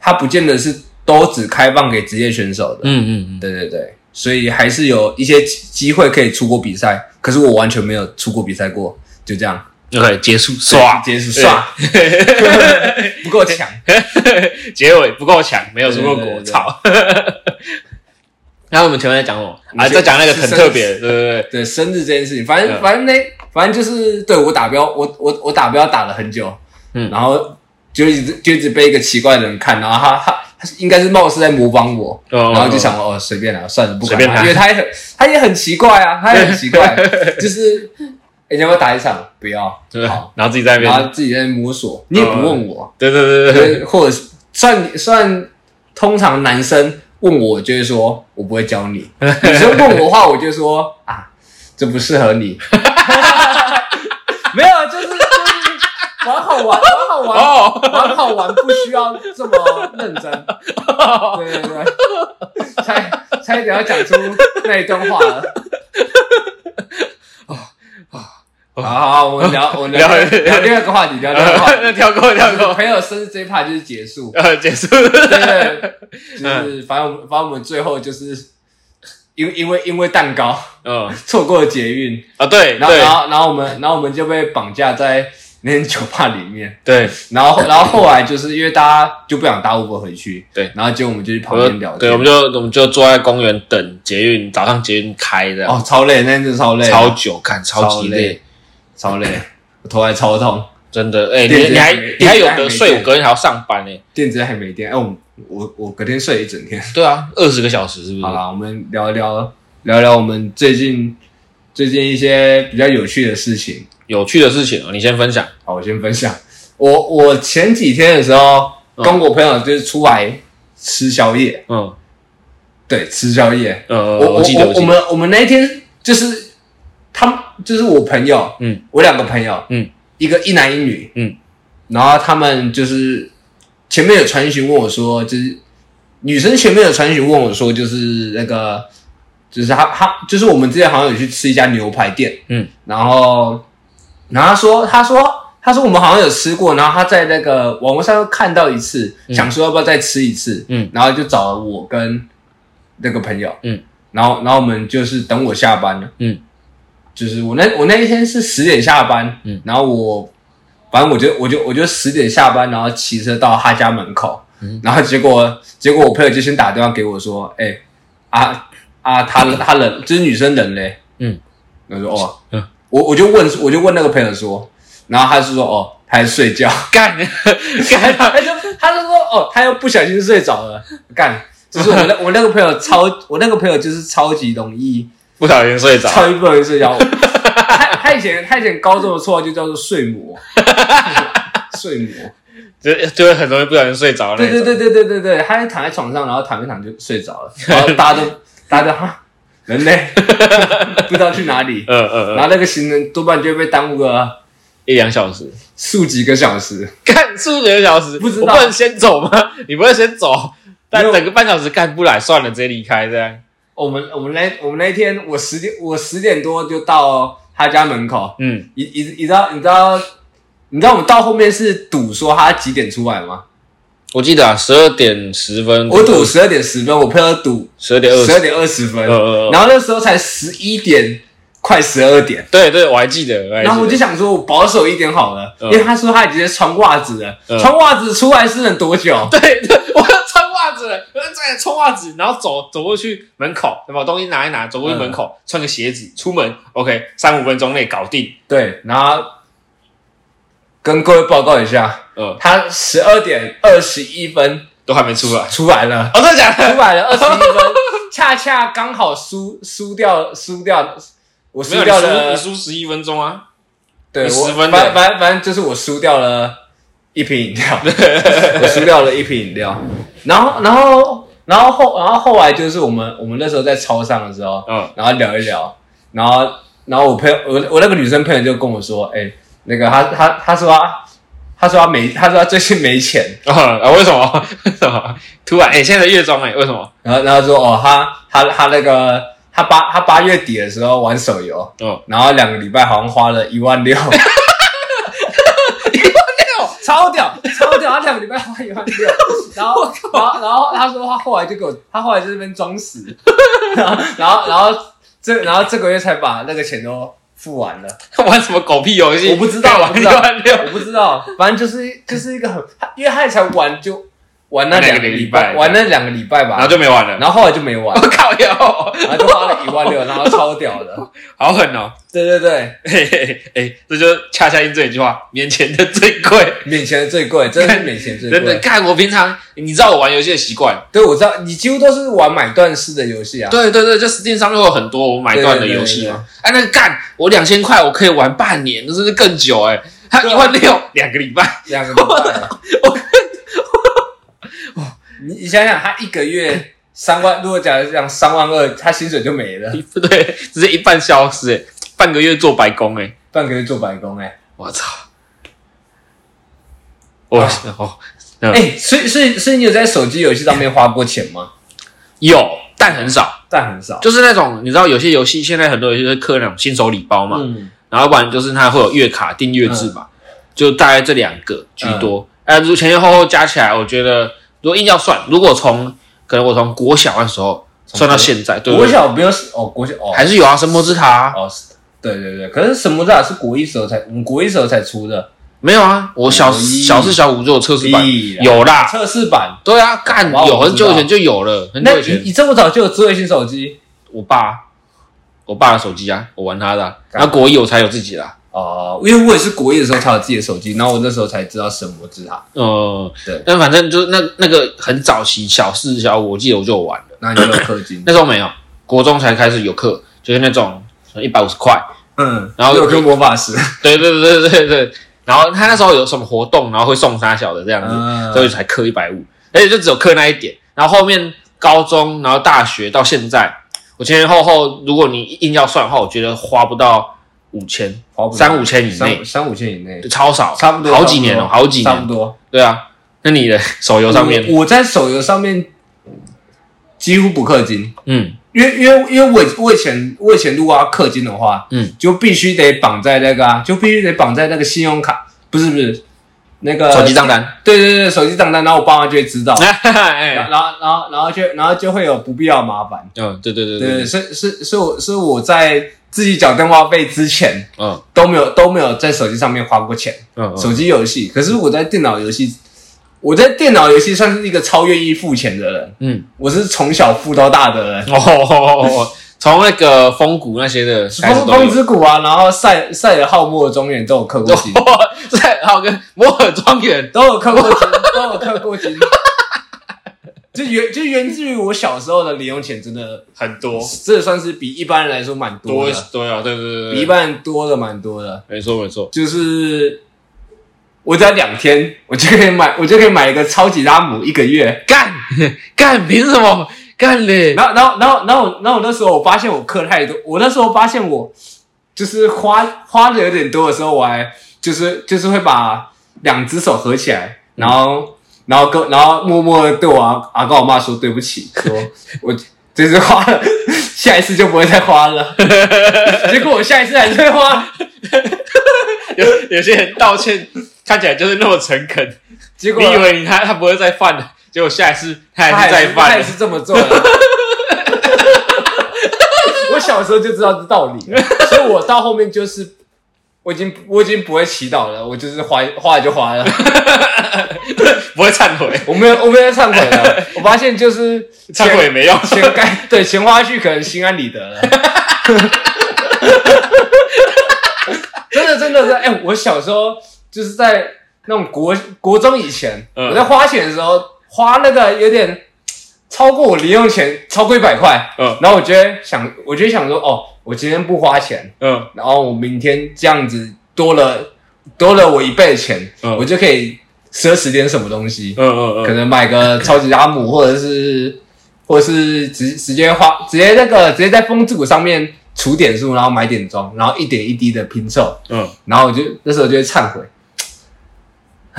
Speaker 1: 它不见得是都只开放给职业选手的。
Speaker 2: 嗯嗯嗯，
Speaker 1: 对对对，所以还是有一些机机会可以出国比赛，可是我完全没有出国比赛过，就这样，
Speaker 2: 嗯 OK，结束，刷
Speaker 1: 结束刷， 不够强。
Speaker 2: 结尾不够强，没有出过
Speaker 1: 对
Speaker 2: 国，
Speaker 1: 对对对
Speaker 2: 操！ 然后我们前面在讲什么
Speaker 1: 们
Speaker 2: 啊？
Speaker 1: 先
Speaker 2: 在讲那个很特别，对对对，
Speaker 1: 对生日这件事情，反
Speaker 2: 嗯
Speaker 1: 正反正呢，反正就是对我打标，我我我打标打了很久，
Speaker 2: 嗯
Speaker 1: 然后就一直就一直被一个奇怪的人看，然后他他他应该是貌似在模仿我，
Speaker 2: 哦
Speaker 1: 然后就想哦随便啦、算了不管
Speaker 2: 随便
Speaker 1: 他，
Speaker 2: 他
Speaker 1: 因为他也很他也很奇怪啊，他也很奇 怪，就是诶你要不要打一场？不要，
Speaker 2: 对，
Speaker 1: 好，
Speaker 2: 哦然后自己在那
Speaker 1: 然
Speaker 2: 边，
Speaker 1: 后自己在那边摸索，你也不问我，
Speaker 2: 对对对对对，
Speaker 1: 对，或者是算算，通常男生问我就会说，我不会教你； 女生问我的话，我就说啊，这不适合你。 没有，就是就是玩好玩，玩好玩，
Speaker 2: 哦，
Speaker 1: 玩好玩，不需要这么认 真。对对对， 差差一点要讲出那一段话了。好哦好好，我们聊我们 聊
Speaker 2: 聊
Speaker 1: 聊第二个话题，聊第二个 话题。
Speaker 2: 那跳 过跳过，
Speaker 1: 朋友生日这一趴就是结 束，
Speaker 2: 呃，结束。
Speaker 1: 对，就是反正我们反正我们最后就是因为因为因为蛋糕
Speaker 2: 嗯
Speaker 1: 错过了捷运，
Speaker 2: 啊，对
Speaker 1: 哦然后
Speaker 2: 对
Speaker 1: 然后然后我们然后我们就被绑架在那间酒吧里面，
Speaker 2: 对，
Speaker 1: 然后然后后来就是因为大家就不想搭 Uber 回去，
Speaker 2: 对
Speaker 1: 然后结果我们就去旁
Speaker 2: 我
Speaker 1: 边聊
Speaker 2: 们对，
Speaker 1: 天，
Speaker 2: 我们就我们就坐在公园等捷运，早上捷运开这样，
Speaker 1: 哦超累，那天真的超累，
Speaker 2: 超久，看超
Speaker 1: 超
Speaker 2: 级累，，
Speaker 1: 超累，我头还超痛，
Speaker 2: 真的。哎，
Speaker 1: 电
Speaker 2: 你
Speaker 1: 子
Speaker 2: 你还
Speaker 1: 还没
Speaker 2: 你还有
Speaker 1: 电子还
Speaker 2: 得
Speaker 1: 没
Speaker 2: 睡，
Speaker 1: 电
Speaker 2: 我隔天还要上班呢。
Speaker 1: 电池还没电，哎，我我我隔天睡一整天。
Speaker 2: 对啊，二十个小时是不
Speaker 1: 好
Speaker 2: 是？
Speaker 1: 啦，我们聊一聊聊一聊我们最近最近一些比较有趣的事情。
Speaker 2: 有趣的事情哦，你先分享。
Speaker 1: 好，我先分享。我我前几天的时候，
Speaker 2: 嗯
Speaker 1: 跟我朋友就是出来吃宵夜，
Speaker 2: 嗯
Speaker 1: 对，吃宵夜。
Speaker 2: 呃，
Speaker 1: 我
Speaker 2: 我记得
Speaker 1: 我
Speaker 2: 记
Speaker 1: 我
Speaker 2: 得，
Speaker 1: 们我们那一天就是他们就是我朋友，
Speaker 2: 嗯，
Speaker 1: 我两个朋友，
Speaker 2: 嗯，
Speaker 1: 一个一男一女，
Speaker 2: 嗯，
Speaker 1: 然后他们就是前面有传询问我说，就是女生前面有传询问我说，就是那个就是他他就是我们之前好像有去吃一家牛排店，
Speaker 2: 嗯，
Speaker 1: 然后然后他说他说。他说我们好像有吃过，然后他在那个网络上又看到一次，想说要不要再吃一次，
Speaker 2: 嗯，
Speaker 1: 然后就找了我跟那个朋友，
Speaker 2: 嗯，
Speaker 1: 然后然后我们就是等我下班了，
Speaker 2: 嗯，
Speaker 1: 就是我那我那一天是十点下班，
Speaker 2: 嗯，
Speaker 1: 然后我反正我就我就我就十点下班，然后骑车到他家门口，
Speaker 2: 嗯
Speaker 1: 然后结果结果我朋友就先打电话给我说，哎、啊啊，他他人就是女生人嘞，
Speaker 2: 嗯，
Speaker 1: 我说哦，
Speaker 2: 嗯，
Speaker 1: 我我就问我就问那个朋友说，然后他是说哦，他在睡觉。
Speaker 2: 干 干啊
Speaker 1: 他就他就说哦，他又不小心睡着了，干。就是我那我那个朋友超，我那个朋友就是超级容易，
Speaker 2: 不小心睡着，
Speaker 1: 超级不容易睡觉。他他以前他以前高中的绰号就叫做睡魔，睡魔。
Speaker 2: 就就会很容易不小心睡着那
Speaker 1: 对
Speaker 2: 种。
Speaker 1: 对对对对对对，他就躺在床上，然后躺一躺就睡着了，然后大家都大家都哈人呢，不知道去哪里，
Speaker 2: 嗯嗯
Speaker 1: 然
Speaker 2: 嗯，
Speaker 1: 后那个行程多半就被耽误个
Speaker 2: 一两小时，
Speaker 1: 数几个小时。
Speaker 2: 干数学小时，
Speaker 1: 不知
Speaker 2: 我
Speaker 1: 道
Speaker 2: 不能先走吗？ 你不会先走，但
Speaker 1: 没有
Speaker 2: 等个半小时干不来，算了，直接离开这样。
Speaker 1: 我们我们那我们那天我十点我十点多就到他家门口，
Speaker 2: 嗯，
Speaker 1: 你你你知道你知道你知道我们到后面是赌说他几点出来吗？
Speaker 2: 我记得啊，十二点十分，
Speaker 1: 我赌十二点十分，我朋友赌
Speaker 2: 十二点二
Speaker 1: 十二
Speaker 2: 十，
Speaker 1: 点二十分，
Speaker 2: 嗯嗯嗯
Speaker 1: 然后那时候才十一点快十二点，
Speaker 2: 对对，我还记得，还记得
Speaker 1: 然后我就想说我保守一点好了，
Speaker 2: 嗯
Speaker 1: 因为他说他已经在穿袜子了，
Speaker 2: 嗯
Speaker 1: 穿袜子出来是能多久？
Speaker 2: 对对，我要穿袜子了，我要再穿袜子，然后走走过去门口，把东西拿一拿，走过去门
Speaker 1: 嗯
Speaker 2: 口、穿个鞋子，出门，OK，三五分钟内搞定。
Speaker 1: 对，然后跟各位报告一下，
Speaker 2: 呃，
Speaker 1: 他十二点二十一分
Speaker 2: 都还没出 来，
Speaker 1: 出来了。
Speaker 2: 哦，真的假
Speaker 1: 出
Speaker 2: 的？
Speaker 1: 来了二十一分，恰恰刚好输输掉输掉，我
Speaker 2: 没
Speaker 1: 输
Speaker 2: 有，
Speaker 1: 掉
Speaker 2: 你
Speaker 1: 了，
Speaker 2: 输你输十一分钟啊，
Speaker 1: 对
Speaker 2: 你
Speaker 1: 我
Speaker 2: 10分的
Speaker 1: 反反反正就是我输掉了一瓶饮 料，我输掉了一瓶饮料，然后然后然后后然后后来就是我们我们那时候在超商的时候，
Speaker 2: 嗯
Speaker 1: 然后聊一聊，然后然后我朋友我我那个女生朋友就跟我说，哎、那个她她她说她她说她没她说她最近没钱，
Speaker 2: 啊、啊为什么？ 为什么？突然，哎、现在才月中哎、为什么？
Speaker 1: 然后然后说哦，他他他那个他八他八月底的时候玩手游，
Speaker 2: 哦，
Speaker 1: 然后两个礼拜好像花了一万六，一万六， 超屌超屌，他两个礼拜花一万 六，然后然后然后他说他后来就给我，他后来在这边装死， 然后然后然后这然后这个月才把那个钱都付完了，
Speaker 2: 玩什么狗屁游戏？
Speaker 1: 我不知道，我
Speaker 2: 玩
Speaker 1: 不知
Speaker 2: 一
Speaker 1: 道
Speaker 2: 万六，，
Speaker 1: 我不知道，反正就是就是一个很，因为他也才玩就玩那
Speaker 2: 那两
Speaker 1: 两
Speaker 2: 个
Speaker 1: 个
Speaker 2: 礼
Speaker 1: 礼
Speaker 2: 拜
Speaker 1: 拜，玩那两个礼拜
Speaker 2: 然后
Speaker 1: 吧，
Speaker 2: 就没玩了。
Speaker 1: 然后后来就没玩
Speaker 2: 我。靠哟，
Speaker 1: 然后就花了一万六，然后超屌 的。
Speaker 2: 好狠哦！
Speaker 1: 对对对，
Speaker 2: 嘿嘿，哎、这就恰恰应这一句话：面前的最贵。
Speaker 1: 免钱的最 贵，真的是免钱最
Speaker 2: 真的，
Speaker 1: 贵。
Speaker 2: 看我平常，你知道我玩游戏的习惯，
Speaker 1: 对，我知道你几乎都是玩买断式的游戏啊。
Speaker 2: 对对对，就 Steam 上面会有很多我买断的游戏嘛。哎，那个干，我两千块我可以玩半年，甚至更久哎、还
Speaker 1: 对
Speaker 2: 一
Speaker 1: 啊
Speaker 2: 万六两个礼拜，
Speaker 1: 两个礼拜。我你哦你想想，他一个月三万，如果假如讲三万二，他薪水就没了，
Speaker 2: 对，直接一半消失哎、半个月做白工哎、
Speaker 1: 半个月做白工哎。
Speaker 2: 我操！我
Speaker 1: 啊
Speaker 2: 哦
Speaker 1: 哎，所以所以所以你有在手机游戏上面花过钱吗？
Speaker 2: 有，但很少，
Speaker 1: 但很少。
Speaker 2: 就是那种你知道有些游戏现在很多游戏是刻那种新手礼包嘛，
Speaker 1: 嗯，
Speaker 2: 然后要不然就是它会有月卡订阅制嘛，就大概这两个居多。
Speaker 1: 嗯
Speaker 2: 哎、如前前后后加起来，我觉得如果硬要算，如果从可能我从国小那时候算到现在，对不
Speaker 1: 国
Speaker 2: 对？
Speaker 1: 小没有哦，国小哦
Speaker 2: 还是有啊，神魔之塔、啊、
Speaker 1: 哦，是对对对，可是什么的，是国一时候才，我们国一时候才出的，
Speaker 2: 没有啊？我小
Speaker 1: 哦咦
Speaker 2: 小四小五就有测试版，
Speaker 1: 咦啦
Speaker 2: 有啦，
Speaker 1: 测试版。
Speaker 2: 对啊，干
Speaker 1: 哇
Speaker 2: 有
Speaker 1: 我
Speaker 2: 很
Speaker 1: 不知道
Speaker 2: 久以前就有了，很
Speaker 1: 那
Speaker 2: 久以
Speaker 1: 你
Speaker 2: 前
Speaker 1: 你这么早就有智慧型手机？
Speaker 2: 我爸我爸的手机啊，我玩他的啊、
Speaker 1: 干
Speaker 2: 然后国一我才有自己啊啦。
Speaker 1: 哦，因为我也是国一的时候才有自己的手机，然后我那时候才知道神魔之塔。
Speaker 2: 呃，
Speaker 1: 对
Speaker 2: 但反正就是那那个很早期小四小五，我记得我就有玩了，
Speaker 1: 那你有氪 金？
Speaker 2: 那时候没有，国中才开始有课，就是那种一百五十块，
Speaker 1: 嗯，
Speaker 2: 然后
Speaker 1: 有跟魔法师，
Speaker 2: 对对对对对对，然后他那时候有什么活动，然后会送他小的这样 子，
Speaker 1: 嗯
Speaker 2: 所以才氪一百五，而且就只有氪那一点，然后后面高中，然后大学到现在，我前前后后，如果你硬要算的话，我觉得花不到五千，三五千以内
Speaker 1: 三，三五千以内
Speaker 2: 就，超少，
Speaker 1: 差不多，
Speaker 2: 好几年了，
Speaker 1: 了，
Speaker 2: 好几
Speaker 1: 差不
Speaker 2: 年，
Speaker 1: 多。
Speaker 2: 对啊，那你的手游上面，
Speaker 1: 我我在手游上面几乎不氪金，
Speaker 2: 嗯，
Speaker 1: 因为因为因为我以我以前我以前如果要氪金的话，
Speaker 2: 嗯，
Speaker 1: 就必须得绑在那个啊，就必须得绑在那个信用卡，不是不是那个
Speaker 2: 嗯手机账单，哦
Speaker 1: 对对对，手机账单，然后我爸妈就会知道，然
Speaker 2: 哎，
Speaker 1: 后然后然后然后就然后就会有不必要的麻烦，
Speaker 2: 嗯，对对对
Speaker 1: 对，
Speaker 2: 对，
Speaker 1: 是是是我是我在自己缴电话费之前
Speaker 2: 嗯
Speaker 1: 都没有都没有在手机上面花过钱，
Speaker 2: 嗯，嗯
Speaker 1: 手机游戏，可是我在电脑游戏，我在电脑游戏算是一个超愿意付钱的人，
Speaker 2: 嗯，
Speaker 1: 我是从小付到大的人。
Speaker 2: 哦，从那个风谷那些的开始
Speaker 1: 风
Speaker 2: 都有
Speaker 1: 风。之谷啊，然后赛赛尔号、摩尔庄园都有氪过金，
Speaker 2: 我在好跟摩尔庄园，
Speaker 1: 都有氪过金，都有氪过金。 就源就源自于我小时候的零用钱，真的
Speaker 2: 很多
Speaker 1: 这算是比一般人来说蛮多
Speaker 2: 多
Speaker 1: 的，
Speaker 2: 对啊，对
Speaker 1: 比一
Speaker 2: 对对对，
Speaker 1: 般人多的蛮多的。
Speaker 2: 没错没错，
Speaker 1: 就是我只要两天，我就可以买，我就可以买一个超级拉姆一个月，
Speaker 2: 干干凭什么干嘞？
Speaker 1: 然后，然后，然后，然后，然后我那时候我发现我氪太多，我那时候发现我就是花花的有点多的时候，我还就是就是会把两只手合起来，然后然后跟然后默默的对我阿阿跟我妈说对不起，说 我这次花 了，下一次就不会再花了。 结果我下一次还是会花，
Speaker 2: 有有些人道歉看起来就是那么诚恳，
Speaker 1: 结果
Speaker 2: 你以为你他他不会再犯了，结果下一次他
Speaker 1: 他还
Speaker 2: 还
Speaker 1: 是
Speaker 2: 是再
Speaker 1: 他
Speaker 2: 犯
Speaker 1: 也
Speaker 2: 了。
Speaker 1: 是这么做 的。我小时候就知道这道理了，所以我到后面就是，我已经我已经不会祈祷了，我就是花花了就花了，
Speaker 2: 不会忏 悔，
Speaker 1: 我没有我没有在忏悔了。我发现就是钱
Speaker 2: 忏悔也没用。
Speaker 1: 钱该对钱花去可能心安理得了。真的真的是，哎、我小时候就是在那种国国中以前，
Speaker 2: 嗯
Speaker 1: 我在花钱的时候花那个有点超过我零用钱，超过一百块，
Speaker 2: 嗯
Speaker 1: 然后我觉得想，我就想说，哦，我今天不花钱，
Speaker 2: 嗯，
Speaker 1: 然后我明天这样子多了多了我一倍的钱，
Speaker 2: 嗯
Speaker 1: 我就可以奢侈点什么东西，
Speaker 2: 嗯嗯
Speaker 1: 可
Speaker 2: 嗯，
Speaker 1: 能买个超级拉姆，或者是或者是直直接花直接那个直接在风之谷上面除点数，然后买点装，然后一点一滴的拼凑，
Speaker 2: 嗯，
Speaker 1: 然后我就那时候就会忏悔。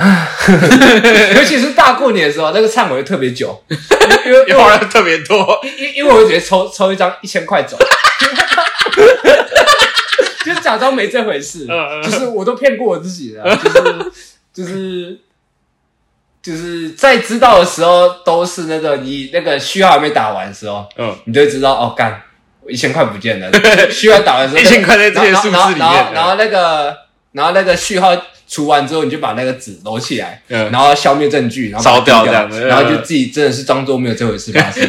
Speaker 1: 尤其是大过年的时候，那个忏悔会特别久， 因为因为
Speaker 2: 也花了特别 多。
Speaker 1: 因因为我会直接抽抽一张一千 块走，就假装没这回事
Speaker 2: 嗯嗯，
Speaker 1: 就是我都骗过我自己了，就是就是就是在知道的时候都是那个你那个序号还没打完的时候，
Speaker 2: 嗯，
Speaker 1: 你就会知道哦，干一千块不见 了，序号打完的时候，
Speaker 2: 1000块在这些数字里面
Speaker 1: 然后然后然后那个然后那个序号除完之后，你就把那个纸揉起来，
Speaker 2: 嗯
Speaker 1: 然后消灭证据，然后把它
Speaker 2: 烧掉
Speaker 1: 丢
Speaker 2: 这样子嗯
Speaker 1: 然后就自己真的是装作没有这回事发生。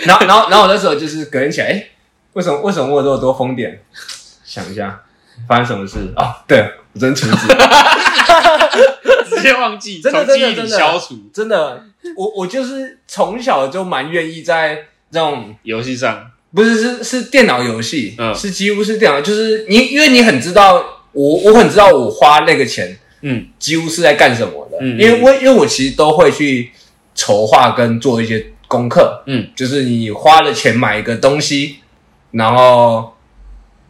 Speaker 1: 然后，然后，然后我那时候就是隔天起来，哎，为什么为什么我这么多疯点？想一下，发生什么事？哦，对我真 厨子，
Speaker 2: 直接忘记，
Speaker 1: 真的
Speaker 2: 从记忆
Speaker 1: 真的
Speaker 2: 里
Speaker 1: 真的
Speaker 2: 消除。
Speaker 1: 真的，我我就是从小就蛮愿意在这种
Speaker 2: 游戏上，
Speaker 1: 不是是是电脑游戏，
Speaker 2: 嗯
Speaker 1: 是几乎是电脑，就是你因为你很知道我，我很知道我花那个钱
Speaker 2: 嗯
Speaker 1: 几乎是在干什么的，
Speaker 2: 嗯
Speaker 1: 因为我因为我其实都会去筹划跟做一些功课，
Speaker 2: 嗯，
Speaker 1: 就是你花了钱买一个东西，然后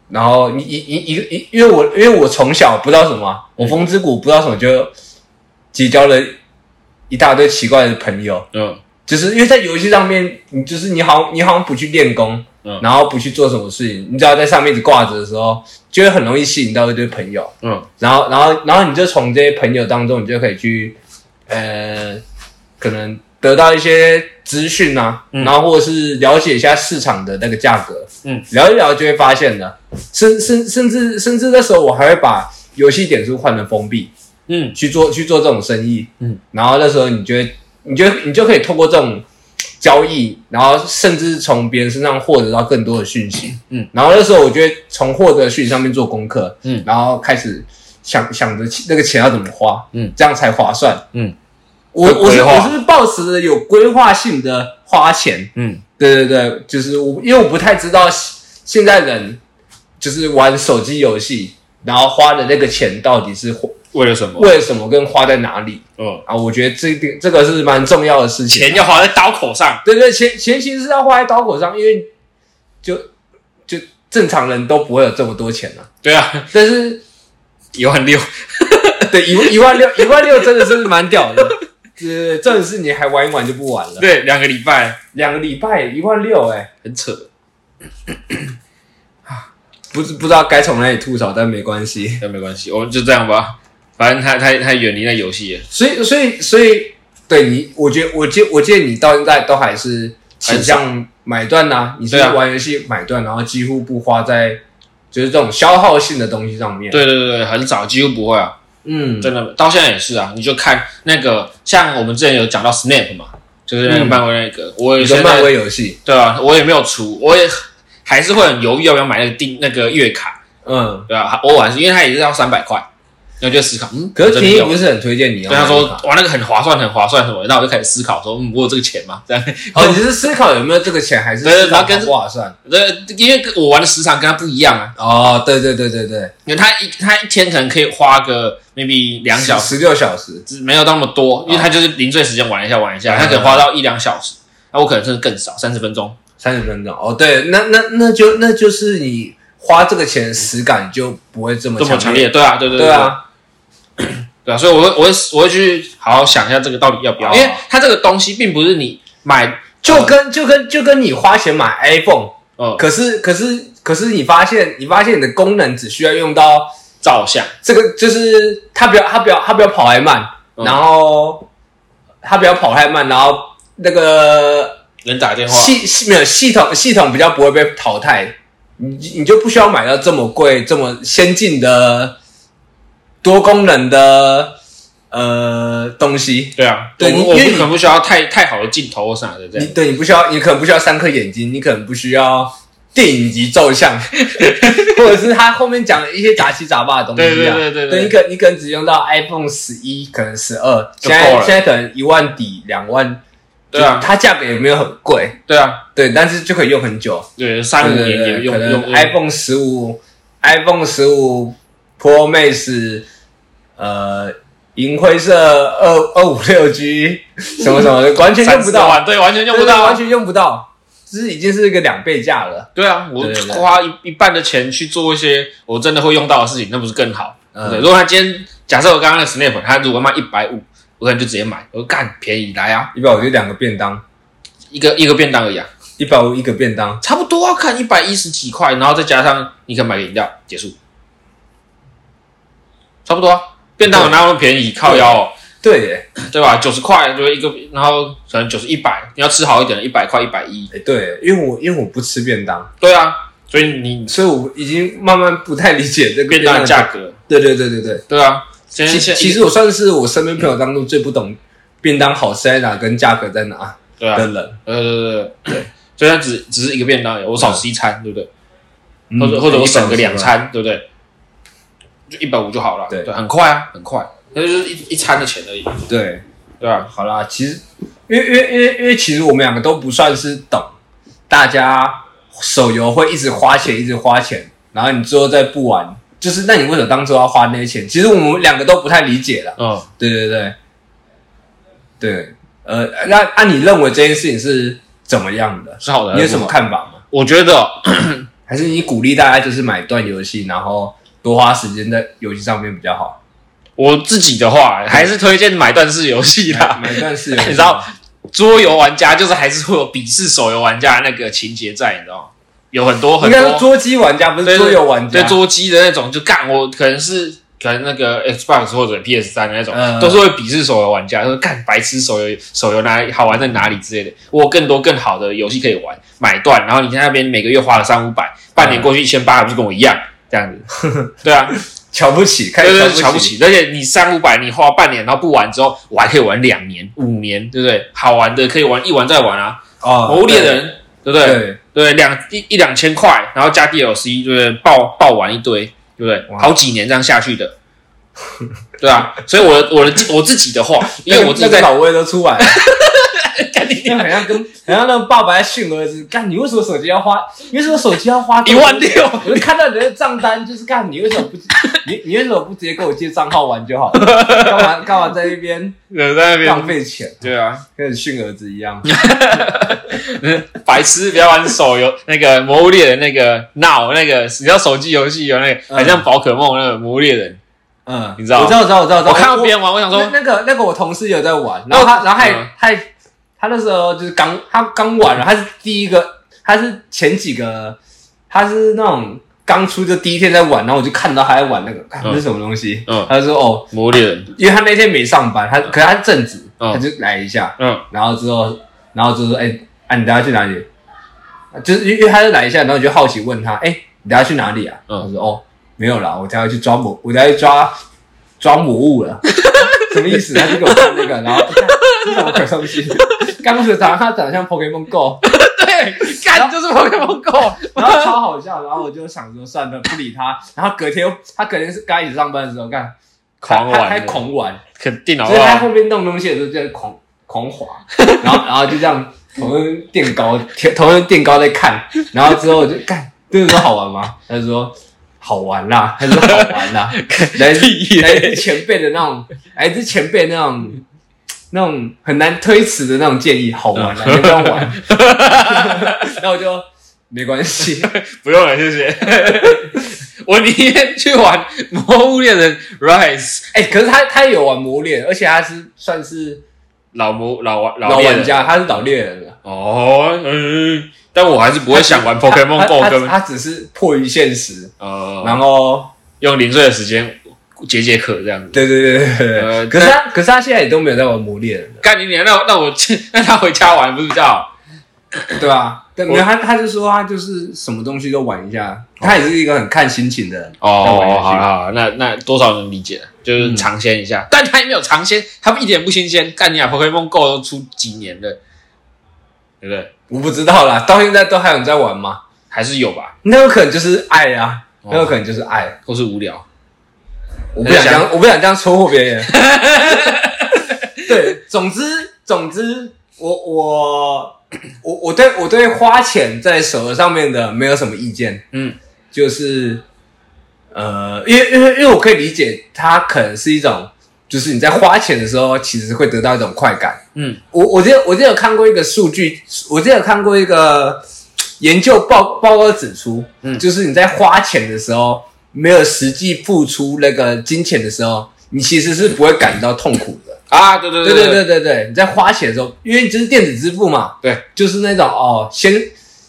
Speaker 1: 然后你一一一一，因为我因为我从小不知道什么啊，我风之谷不知道什么就结交了一大堆奇怪的朋友，
Speaker 2: 嗯
Speaker 1: 就是因为在游戏上面，你就是你好像你好像不去练功，
Speaker 2: 嗯
Speaker 1: 然后不去做什么事情，你只要在上面一直挂着的时候，就会很容易吸引到一堆朋友，
Speaker 2: 嗯
Speaker 1: 然后然后然后你就从这些朋友当中，你就可以去呃，可能得到一些资讯啊，
Speaker 2: 嗯
Speaker 1: 然后或者是了解一下市场的那个价格，
Speaker 2: 嗯，
Speaker 1: 聊一聊就会发现的，甚甚甚至甚至那时候我还会把游戏点数换成封闭，
Speaker 2: 嗯
Speaker 1: 去做去做这种生意，
Speaker 2: 嗯，
Speaker 1: 然后那时候你就会，你就你就可以透过这种交易，然后甚至从别人身上获得到更多的讯息，
Speaker 2: 嗯，
Speaker 1: 然后那时候我就会从获得的讯息上面做功课，
Speaker 2: 嗯
Speaker 1: 然后开始想想着那个钱要怎么花，
Speaker 2: 嗯，
Speaker 1: 这样才划算，
Speaker 2: 嗯，
Speaker 1: 我
Speaker 2: 有
Speaker 1: 我是
Speaker 2: 规划
Speaker 1: 我是抱持有规划性的花钱，
Speaker 2: 嗯
Speaker 1: 对对对，就是我因为我不太知道现现在人就是玩手机游戏，然后花的那个钱到底是花。
Speaker 2: 为了什么？
Speaker 1: 为什么跟花在哪里
Speaker 2: 嗯，
Speaker 1: 啊？我觉得这个这个是蛮重要的事情。
Speaker 2: 钱要花在刀口上。
Speaker 1: 对对，前前期是要花在刀口上，因为就就正常人都不会有这么多钱啊。
Speaker 2: 对啊，
Speaker 1: 但是
Speaker 2: 有很溜。
Speaker 1: 对一一万六一万六真的是蛮屌的， 这这是你还玩一玩就不玩了，
Speaker 2: 对，两个礼拜
Speaker 1: 两个礼拜一万六哎、
Speaker 2: 很扯，
Speaker 1: 不是不知道该从哪里吐槽，但没关系。
Speaker 2: 但没关系，我们就这样吧。反正他他他远离那游戏了，
Speaker 1: 所以所以所以对你，我觉得我记我记得你到现在都还是倾向买断呐、你是
Speaker 2: 对啊
Speaker 1: 玩游戏买断，然后几乎不花在就是这种消耗性的东西上面。，
Speaker 2: 对对对对，很少，几乎不会啊，
Speaker 1: 嗯，
Speaker 2: 真的，到现在也是啊。你就看那个，像我们之前有讲到 Snap 嘛，就是那个
Speaker 1: 嗯
Speaker 2: 漫威那个，我
Speaker 1: 你
Speaker 2: 也
Speaker 1: 说
Speaker 2: 现
Speaker 1: 漫
Speaker 2: 在
Speaker 1: 威游戏，
Speaker 2: 对啊，我也没有出，我也还是会很犹豫要不要买那个订那个月卡，
Speaker 1: 嗯，
Speaker 2: 对啊，我还是因为它也是要三百块，然后就思考，嗯，
Speaker 1: 可是
Speaker 2: 真
Speaker 1: 婷
Speaker 2: 的
Speaker 1: 宜
Speaker 2: 有
Speaker 1: 不是很推荐你要
Speaker 2: 对他啊
Speaker 1: 买
Speaker 2: 说
Speaker 1: 这个卡
Speaker 2: 哇那个很划算，很划算什么的，那我就开始思考说，嗯，我有这个钱吗？这样，
Speaker 1: 哦，你是思考有没有这个钱，还是
Speaker 2: 对对
Speaker 1: 思考
Speaker 2: 他跟
Speaker 1: 划不划算？
Speaker 2: 呃，因为我玩的时长跟他不一样啊，
Speaker 1: 哦，对对对对对，
Speaker 2: 因为他一他一天可能可以花个 maybe 两小时，
Speaker 1: 十六小时，
Speaker 2: 没有那么多，因为他就是零碎时间玩一下玩一
Speaker 1: 嗯
Speaker 2: 下，他可能花到一两小时，那我可能甚至更少，三十分钟。
Speaker 1: 三十分钟。哦，对，那那那就那就是你花这个钱的实感就不会这么
Speaker 2: 这么强烈，对啊，对对
Speaker 1: 对
Speaker 2: 对
Speaker 1: 啊。，
Speaker 2: 对啊，所以我会我会我会去好好想一下这个到底要不要，
Speaker 1: 哦
Speaker 2: 因为它这个东西并不是你买
Speaker 1: 就跟就跟就跟你花钱买 iPhone，
Speaker 2: 呃
Speaker 1: 可是可是可是你发现你发现你的功能只需要用到
Speaker 2: 照相，
Speaker 1: 这个，就是它不要它不要它不要跑太慢，
Speaker 2: 嗯
Speaker 1: 然后它不要跑太慢，然后那个
Speaker 2: 能打电话，
Speaker 1: 系系没有系统系统比较不会被淘汰，你你就不需要买到这么贵这么先进的多功能的呃东西。
Speaker 2: 对啊，
Speaker 1: 对
Speaker 2: 我
Speaker 1: 你
Speaker 2: 我
Speaker 1: 因为
Speaker 2: 不
Speaker 1: 你
Speaker 2: 可能不需要太太好的镜头或啥的这
Speaker 1: 你
Speaker 2: 样，
Speaker 1: 对你不需要，你可能不需要三颗眼睛，你可能不需要电影级照相， 或者是他后面讲的一些杂七杂八的东西啊。
Speaker 2: 对对对对对
Speaker 1: 你可你可能只用到 iPhone 十一，可能十二，
Speaker 2: 就
Speaker 1: 现
Speaker 2: 够
Speaker 1: 在
Speaker 2: 了
Speaker 1: 现在可能一万底两万，
Speaker 2: 对啊
Speaker 1: 就它价格也没有很贵，
Speaker 2: 对啊，
Speaker 1: 对，但是就可以用很久。
Speaker 2: 对三五
Speaker 1: 对
Speaker 2: 年
Speaker 1: 对对，
Speaker 2: 也
Speaker 1: 可
Speaker 2: 用
Speaker 1: 能
Speaker 2: 用
Speaker 1: iPhone 十五、iPhone 十五 Pro Max，呃，银灰色二二五六 G 什么什 么的，完全用
Speaker 2: 三
Speaker 1: 不
Speaker 2: 十
Speaker 1: 到。
Speaker 2: 万，对，完全用不
Speaker 1: 对
Speaker 2: 到
Speaker 1: 完
Speaker 2: 啊，
Speaker 1: 全用不到，就是已经是一个两倍价了。
Speaker 2: 对啊，我
Speaker 1: 对对对
Speaker 2: 花一一半的钱去做一些我真的会用到的事情，那不是更好？
Speaker 1: 嗯
Speaker 2: 对，如果他今天假设我刚刚的 Snap，他如果卖一百五，我可能就直接买，我说干便宜来啊，
Speaker 1: 一百五就两个便当，
Speaker 2: 一个一个便当而已啊，
Speaker 1: 一百五一个便当，
Speaker 2: 差不多啊，看一百一十几块，然后再加上你可以买个饮料，结束，差不多啊，便当有那么便宜，靠腰、哦。
Speaker 1: 对耶，
Speaker 2: 对吧？九十块就一个，然后可能九十一百，你要吃好一点的，一百块、一百一。
Speaker 1: 哎对耶，因为我因为我不吃便当，
Speaker 2: 对啊，所以你
Speaker 1: 所以我已经慢慢不太理解这个
Speaker 2: 便当
Speaker 1: 当
Speaker 2: 的价。格，
Speaker 1: 对对对对对，
Speaker 2: 对啊。现在
Speaker 1: 其
Speaker 2: 现在
Speaker 1: 其实我算是我身边朋友当中最不懂便当好吃在哪跟价格在哪
Speaker 2: 对啊，
Speaker 1: 的人，
Speaker 2: 呃，对对对，所以它只只是一个便当而已，我少吃一餐，对不对？
Speaker 1: 嗯
Speaker 2: 或者或者我省个两，
Speaker 1: 哎
Speaker 2: 餐，对不对？就一百五就好了，
Speaker 1: 对
Speaker 2: 对，很快啊，很快，那就是一一餐的钱而已，
Speaker 1: 150对，
Speaker 2: 对吧？
Speaker 1: 好啦，其实因为因为因为因为其实我们两个都不算是懂，大家手游会一直花钱，一直花钱，然后你最后再不玩，就是那你为什么当初要花那些钱？其实我们两个都不太理解了。
Speaker 2: 嗯，
Speaker 1: 对对对，对，呃，那按、你认为这件事情是怎么样的？
Speaker 2: 是好的。
Speaker 1: 你有什么？看法吗？
Speaker 2: 我觉得
Speaker 1: 还是你鼓励大家就是买断游戏，然后多花时间在游戏上面比较 好？
Speaker 2: 我自己的话，还是推荐买断式游戏啦。
Speaker 1: 买断 是游戏，
Speaker 2: 你知道桌游玩家就是还是会有鄙视手游玩家的那个情节在，你知道吗？有很多
Speaker 1: 应
Speaker 2: 很
Speaker 1: 该是
Speaker 2: 多
Speaker 1: 桌机玩家，不是桌游玩家。
Speaker 2: 对桌机的那种，就干我可能是可能那个 Xbox 或者 PS 三那种，
Speaker 1: 嗯
Speaker 2: 都是会鄙视手游玩家，说干白痴手游手游哪里好玩在哪里之类的。我有更多更好的游戏可以玩，买断，然后你在那边每个月花了三五百，半年过去一千八，不是跟我一样这样子？ 对啊，
Speaker 1: 瞧不起，开
Speaker 2: 对
Speaker 1: 始
Speaker 2: 对，瞧不。起。而且你三五百，你花半年，然后不玩之后，我还可以玩两年、五年，对不对？好玩的可以玩一玩再玩啊，
Speaker 1: 哦，
Speaker 2: 谋猎人，对不
Speaker 1: 对
Speaker 2: 对？
Speaker 1: 对，
Speaker 2: 对，两一一两千块，然后加 DLC，对不对？爆爆玩一堆，对不对？
Speaker 1: 哇
Speaker 2: 好几年这样下去的， 对啊。所以我的我的我自己的话，因为我自己
Speaker 1: 那个
Speaker 2: 在
Speaker 1: 老味都出来了，
Speaker 2: 干你
Speaker 1: 那
Speaker 2: 娘
Speaker 1: 好像跟好像那个爸爸在训儿子，干你为什么手机要花？你为什么手机要花
Speaker 2: 一万？六，
Speaker 1: 我就看到你的账单，就是干你为什么不你你为什么不直接跟我借账号玩就 好了？干嘛干嘛在那边
Speaker 2: 人在那
Speaker 1: 浪
Speaker 2: 边，
Speaker 1: 费 钱，
Speaker 2: 对啊，
Speaker 1: 跟训儿子一样？
Speaker 2: 白痴，不要玩手游， 那个魔物猎人那个 Now 那个，只要手机游戏有那个，
Speaker 1: 嗯
Speaker 2: 很像宝可梦那个魔物猎人，
Speaker 1: 嗯，
Speaker 2: 你知道
Speaker 1: 我知道，我知道，我知道，
Speaker 2: 我看到别
Speaker 1: 人。
Speaker 2: 人玩，我想
Speaker 1: 那
Speaker 2: 说，
Speaker 1: 那个那个我同事有在玩，然后他然后还
Speaker 2: 嗯
Speaker 1: 还他那时候就是刚他刚玩了，他是第一个，他是前几个，他是那种刚出就第一天在玩，然后我就看到他在玩那个，看
Speaker 2: 嗯
Speaker 1: 这是什么东西，
Speaker 2: 嗯，
Speaker 1: 他就说哦，
Speaker 2: 魔物猎人，
Speaker 1: 因为他那天没上班，他可是他正职，
Speaker 2: 嗯
Speaker 1: 他就来一下，
Speaker 2: 嗯，
Speaker 1: 然后之后然后就说哎、啊你等下去哪里？啊就是因为他就来一下，然后我就好奇问他，哎、你等下去哪里啊？
Speaker 2: 嗯
Speaker 1: 他说哦没有啦，我等下去抓魔，我等下去抓抓魔物 了。什么意思？啊他就给我看那个，然后看这是什么鬼东 西？刚开始长他长得像 Pokemon Go，
Speaker 2: 对，干就是宝可梦 Go，
Speaker 1: 然后超好笑，然后我就想说算了，不理他。然后隔天又他隔天是刚开始上班的时候，干
Speaker 2: 狂
Speaker 1: 他他还
Speaker 2: 玩，
Speaker 1: 狂玩，
Speaker 2: 肯定好啊
Speaker 1: 所
Speaker 2: 不
Speaker 1: 以他
Speaker 2: 好？
Speaker 1: 后面弄东西的时候就在狂狂滑， 然后然后就这样头用垫高， 头用垫高在看，然后之后我就干，这个说好玩吗？他就说好玩啦，他就说好玩 啦，来自
Speaker 2: 屁
Speaker 1: 来
Speaker 2: 嘞
Speaker 1: 自前辈的那种，来自前辈那种那种很难推辞的那种建议，好玩啦，
Speaker 2: 啊
Speaker 1: 你要不要玩？ 然后我就没关系，
Speaker 2: 不用了，谢 谢。我宁愿去玩《魔物猎人 Rise》
Speaker 1: 哎、可是他他也有玩魔猎，而且他是算是
Speaker 2: 老魔老玩
Speaker 1: 老
Speaker 2: 猎人
Speaker 1: 玩家，他是老猎人了。
Speaker 2: 哦，嗯，但我还是不会想玩 Pokemon
Speaker 1: 他
Speaker 2: Go
Speaker 1: 他
Speaker 2: 跟
Speaker 1: 他只是迫于现实，
Speaker 2: 呃
Speaker 1: 然后
Speaker 2: 用零碎的时间解解渴这样子。
Speaker 1: 对对对对对。
Speaker 2: 呃
Speaker 1: 可是他可是他现在也都没有在玩魔猎人了，
Speaker 2: 干你娘！那那我那他回家玩不是比较好？
Speaker 1: 对吧？对，
Speaker 2: 我
Speaker 1: 没有他他就说他就是什么东西都玩一下，他也是一个很看心情的人。在玩游
Speaker 2: 哦，
Speaker 1: 戏
Speaker 2: 好啦好啦，那那多少能理解，就是尝鲜一下。嗯但他也没有尝鲜，他一点不新鲜。干你娘！Pokemon Go 都出几年了，对不对？
Speaker 1: 我不知道啦，到现在都还有人在玩吗？
Speaker 2: 还是有吧，
Speaker 1: 那有可能就是爱啊，
Speaker 2: 哦
Speaker 1: 那有可能就是爱。
Speaker 2: 都是无聊。
Speaker 1: 我不想这
Speaker 2: 想
Speaker 1: 样，我不想这样戳破别人。 对，总之总之，我我我我对我对花钱在手游上面的没有什么意见。
Speaker 2: 嗯，
Speaker 1: 就是呃，因为因为因为我可以理解，它可能是一种，就是你在花钱的时候，其实会得到一种快感。
Speaker 2: 嗯，
Speaker 1: 我我记得我记得有看过一个数据，我记得有看过一个研究报报告指出，
Speaker 2: 嗯
Speaker 1: 就是你在花钱的时候，没有实际付出那个金钱的时候，你其实是不会感到痛苦的。
Speaker 2: 啊，对对
Speaker 1: 对
Speaker 2: 对
Speaker 1: 对对对对，你在花钱的时候，因为就是电子支付嘛，
Speaker 2: 对，
Speaker 1: 就是那种哦，先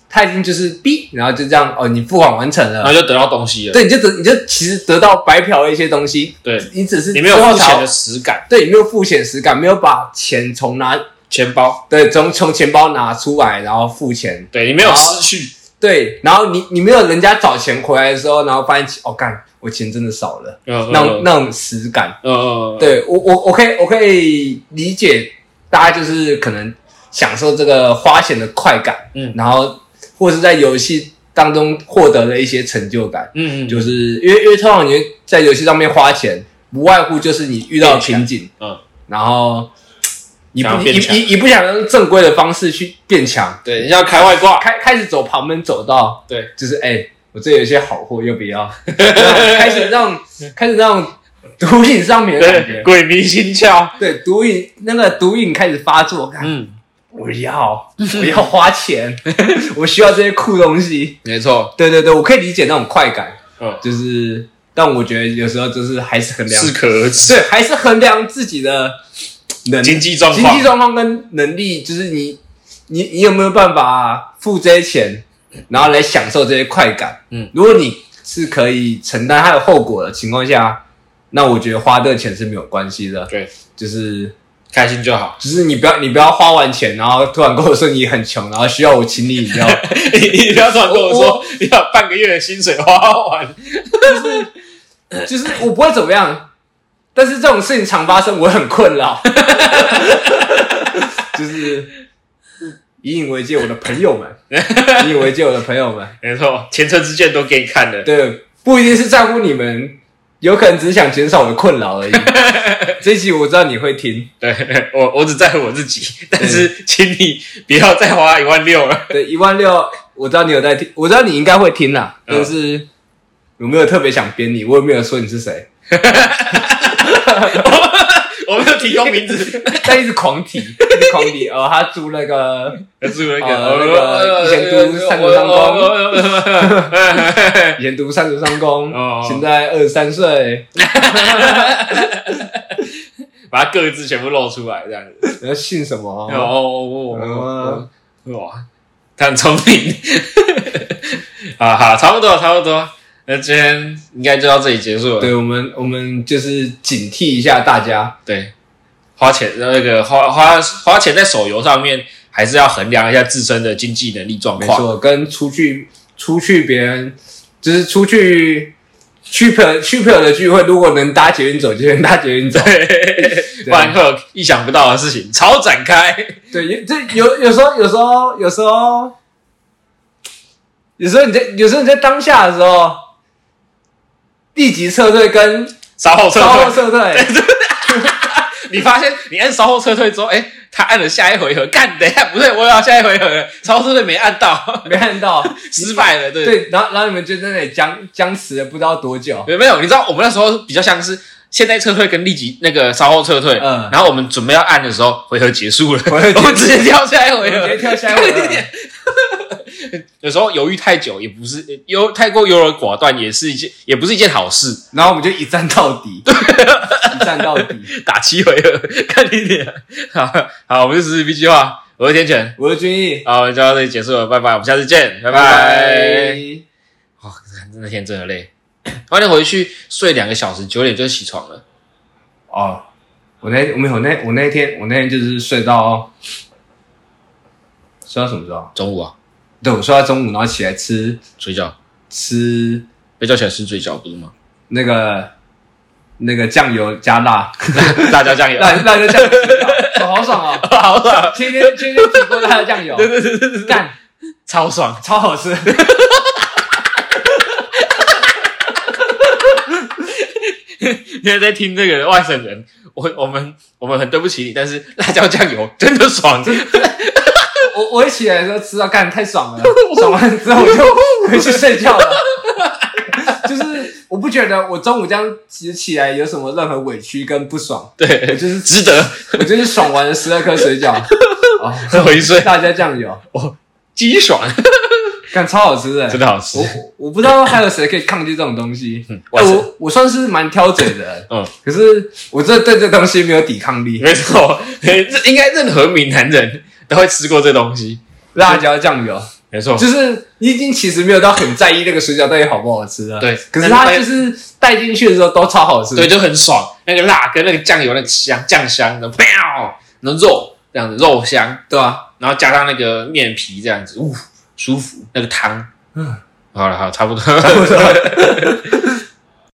Speaker 1: 他已经就是哔，然后就这样哦，你付款完成
Speaker 2: 然后
Speaker 1: 了，
Speaker 2: 就得到东西了。
Speaker 1: 对，你就得你就其实得到白嫖了一些东西，
Speaker 2: 对，
Speaker 1: 你只是
Speaker 2: 你没有
Speaker 1: 之后
Speaker 2: 付
Speaker 1: 才
Speaker 2: 钱的实感，
Speaker 1: 对，你没有付钱实感，没有把钱从拿
Speaker 2: 钱包，
Speaker 1: 对，从从钱包拿出来，然后付钱。
Speaker 2: 对你没有
Speaker 1: 然后
Speaker 2: 失去，
Speaker 1: 对，然后你你没有人家找钱回来的时候，然后发现哦，干，我钱真的少了，
Speaker 2: 嗯
Speaker 1: 那种那种实感。
Speaker 2: 呃，
Speaker 1: 对我我我可以我可以理解，大家就是可能享受这个花钱的快感，
Speaker 2: 嗯
Speaker 1: 然后或是在游戏当中获得了一些成就感，
Speaker 2: 嗯嗯，
Speaker 1: 就是是因为因为通常你在游戏上面花钱，不外乎就是你遇到瓶颈，
Speaker 2: 嗯，
Speaker 1: 然后你
Speaker 2: 想要
Speaker 1: 不你
Speaker 2: 变强
Speaker 1: 你你不想用正规的方式去变强，
Speaker 2: 对，你要开外挂，
Speaker 1: 开开始走旁门走道，
Speaker 2: 对，
Speaker 1: 就是哎、我这有一些好货又不 要，那种开始那种开始那种毒瘾上面的感
Speaker 2: 对，
Speaker 1: 觉，
Speaker 2: 鬼迷心窍，
Speaker 1: 对，毒瘾那个毒瘾开始发作，看
Speaker 2: 嗯，
Speaker 1: 我要我要花钱， 我需要这些酷东西，
Speaker 2: 没错，
Speaker 1: 对对对，我可以理解那种快感，
Speaker 2: 嗯，
Speaker 1: 就是，但我觉得有时候就是还是很量
Speaker 2: 适可而止，
Speaker 1: 对，还是衡量自己的能
Speaker 2: 经济状
Speaker 1: 经
Speaker 2: 况
Speaker 1: 济，状况跟能力，就是你你你有没有办法付这些钱，然后来享受这些快感。
Speaker 2: 嗯，
Speaker 1: 如果你是可以承担它的后果的情况下，那我觉得花这个钱是没有关系的。
Speaker 2: 对，
Speaker 1: 就是
Speaker 2: 开心就好。
Speaker 1: 就是你不要你不要花完钱，然后突然跟我说你很穷，然后需要我请你饮料，
Speaker 2: 你不要突然跟我说你把半个月的薪水花完，
Speaker 1: 就是我不会怎么样。但是这种事情常发生，我很困扰。 就是以引为戒我的朋友们， 以引为戒我的朋友们。
Speaker 2: 没错，前车之鉴都给你看了。
Speaker 1: 对，不一定是在乎你们，有可能只是想减少我的困扰 而已。这一集我知道你会听，
Speaker 2: 对我，我只在乎我自己，但是请你不要再花一万六 了。
Speaker 1: 对，一万六，我知道你有在听，我知道你应该会听啦，
Speaker 2: 嗯
Speaker 1: 但是我没有特别想编你，我也没有说你是谁，
Speaker 2: 我没有提供名字，
Speaker 1: 但一直狂提，一直狂提，哦，他住那个
Speaker 2: 是那
Speaker 1: 哦
Speaker 2: 个
Speaker 1: 那个以前读三国当
Speaker 2: 中，
Speaker 1: 以前读三十三公
Speaker 2: 哦，
Speaker 1: 现在二十三岁，
Speaker 2: 把它各自全部露出来这样子。
Speaker 1: 然后姓什么？
Speaker 2: 哦，哇，他很聪明。啊好，差不多，差不多。那今天应该就到这里结束了。
Speaker 1: 对我们，我们就是警惕一下大家，
Speaker 2: 对，花钱那个花花花钱在手游上面，还是要衡量一下自身的经济能力状
Speaker 1: 没
Speaker 2: 况。
Speaker 1: 错，跟出去出去别人，就是出去去朋友去朋友的聚会，如果能搭捷运走就先搭捷运 走，
Speaker 2: 对，不然会有意想不到的事情超展开。
Speaker 1: 对，有这有有时候，有时候，有时候，有时候你在有时候你在当下的时候，立即撤退跟
Speaker 2: 稍后撤
Speaker 1: 稍后
Speaker 2: 退，
Speaker 1: 撤 退，
Speaker 2: 你发现你按稍后撤退之后，哎、他按了下一回合，干，等一下不对，我也要下一回合了，稍后撤退没按到，
Speaker 1: 没看到，
Speaker 2: 失败了，对。
Speaker 1: 对，然后然后你们就在那里僵僵持了不知道多久，
Speaker 2: 有没有？你知道我们那时候比较像是现在撤退跟立即那个稍后撤退，
Speaker 1: 嗯
Speaker 2: 然后我们准备要按的时候，回合结束了，
Speaker 1: 回合结束
Speaker 2: 我们直接跳下一
Speaker 1: 我
Speaker 2: 回
Speaker 1: 们
Speaker 2: 合，
Speaker 1: 直接跳下一回合
Speaker 2: 有时候犹豫太久也不是，犹太过优柔寡断也是一件，也不是一件好事。
Speaker 1: 然后我们就一战到底，一战到底。
Speaker 2: 打七回合， 看你点。好好，我们是十四 B 计划，我是天权。
Speaker 1: 我是君毅，
Speaker 2: 好，我们就到这里结束了，拜拜，我们下次见，拜
Speaker 1: 拜
Speaker 2: 拜。哦，那天真的累， 晚点回去睡两个小时，九点就起床了。
Speaker 1: 哦，我那我没有我那我那天我那天就是睡到睡到什么时候？
Speaker 2: 中午啊，
Speaker 1: 对，我睡到中午，然后起来吃
Speaker 2: 睡觉，
Speaker 1: 吃
Speaker 2: 被叫起来吃嘴角不是吗？
Speaker 1: 那个那个酱油加 辣，
Speaker 2: 辣椒酱油，
Speaker 1: 辣辣椒酱油加辣，哦好爽哦！
Speaker 2: 好啊爽，
Speaker 1: 天天天天吃过辣椒酱油，
Speaker 2: 对对对对对，
Speaker 1: 干
Speaker 2: 超爽。
Speaker 1: 超好吃。
Speaker 2: 现在在听这个的外省人，我我们我们很对不起你，但是辣椒酱油真的 爽，
Speaker 1: 我我一起来的时候吃到干太爽了，爽完之后我就回去睡觉了。就是我不觉得我中午这样起起来有什么任何委屈跟不爽，我
Speaker 2: 对，
Speaker 1: 就是
Speaker 2: 值 得
Speaker 1: 我就是爽完了十二颗水饺，哦，
Speaker 2: 回睡，
Speaker 1: 大家酱油，
Speaker 2: 鸡爽，
Speaker 1: 干超好吃的，
Speaker 2: 真的好吃。
Speaker 1: 我我不知道还有谁可以抗拒这种东西。
Speaker 2: 哇
Speaker 1: 哎
Speaker 2: 塞
Speaker 1: 我我算是蛮挑嘴的人，
Speaker 2: 嗯，
Speaker 1: 可是我这对这东西没有抵抗力。
Speaker 2: 没错，这 应该任何闽南人都会吃过这东西。
Speaker 1: 辣椒酱油，
Speaker 2: 没错，
Speaker 1: 就是你已经其实没有到很在意那个水饺到底好不好吃了，
Speaker 2: 对
Speaker 1: 可是
Speaker 2: 但
Speaker 1: 它就
Speaker 2: 是它
Speaker 1: 是带进去的时候都超好吃，
Speaker 2: 对，就很爽。那个辣跟那个酱油那个香酱香，然后 pow，然后肉这样子肉香，
Speaker 1: 对 吧？
Speaker 2: 然后加上那个面皮这样子，呜，舒服。那个汤，
Speaker 1: 嗯
Speaker 2: 好了，好，差不多。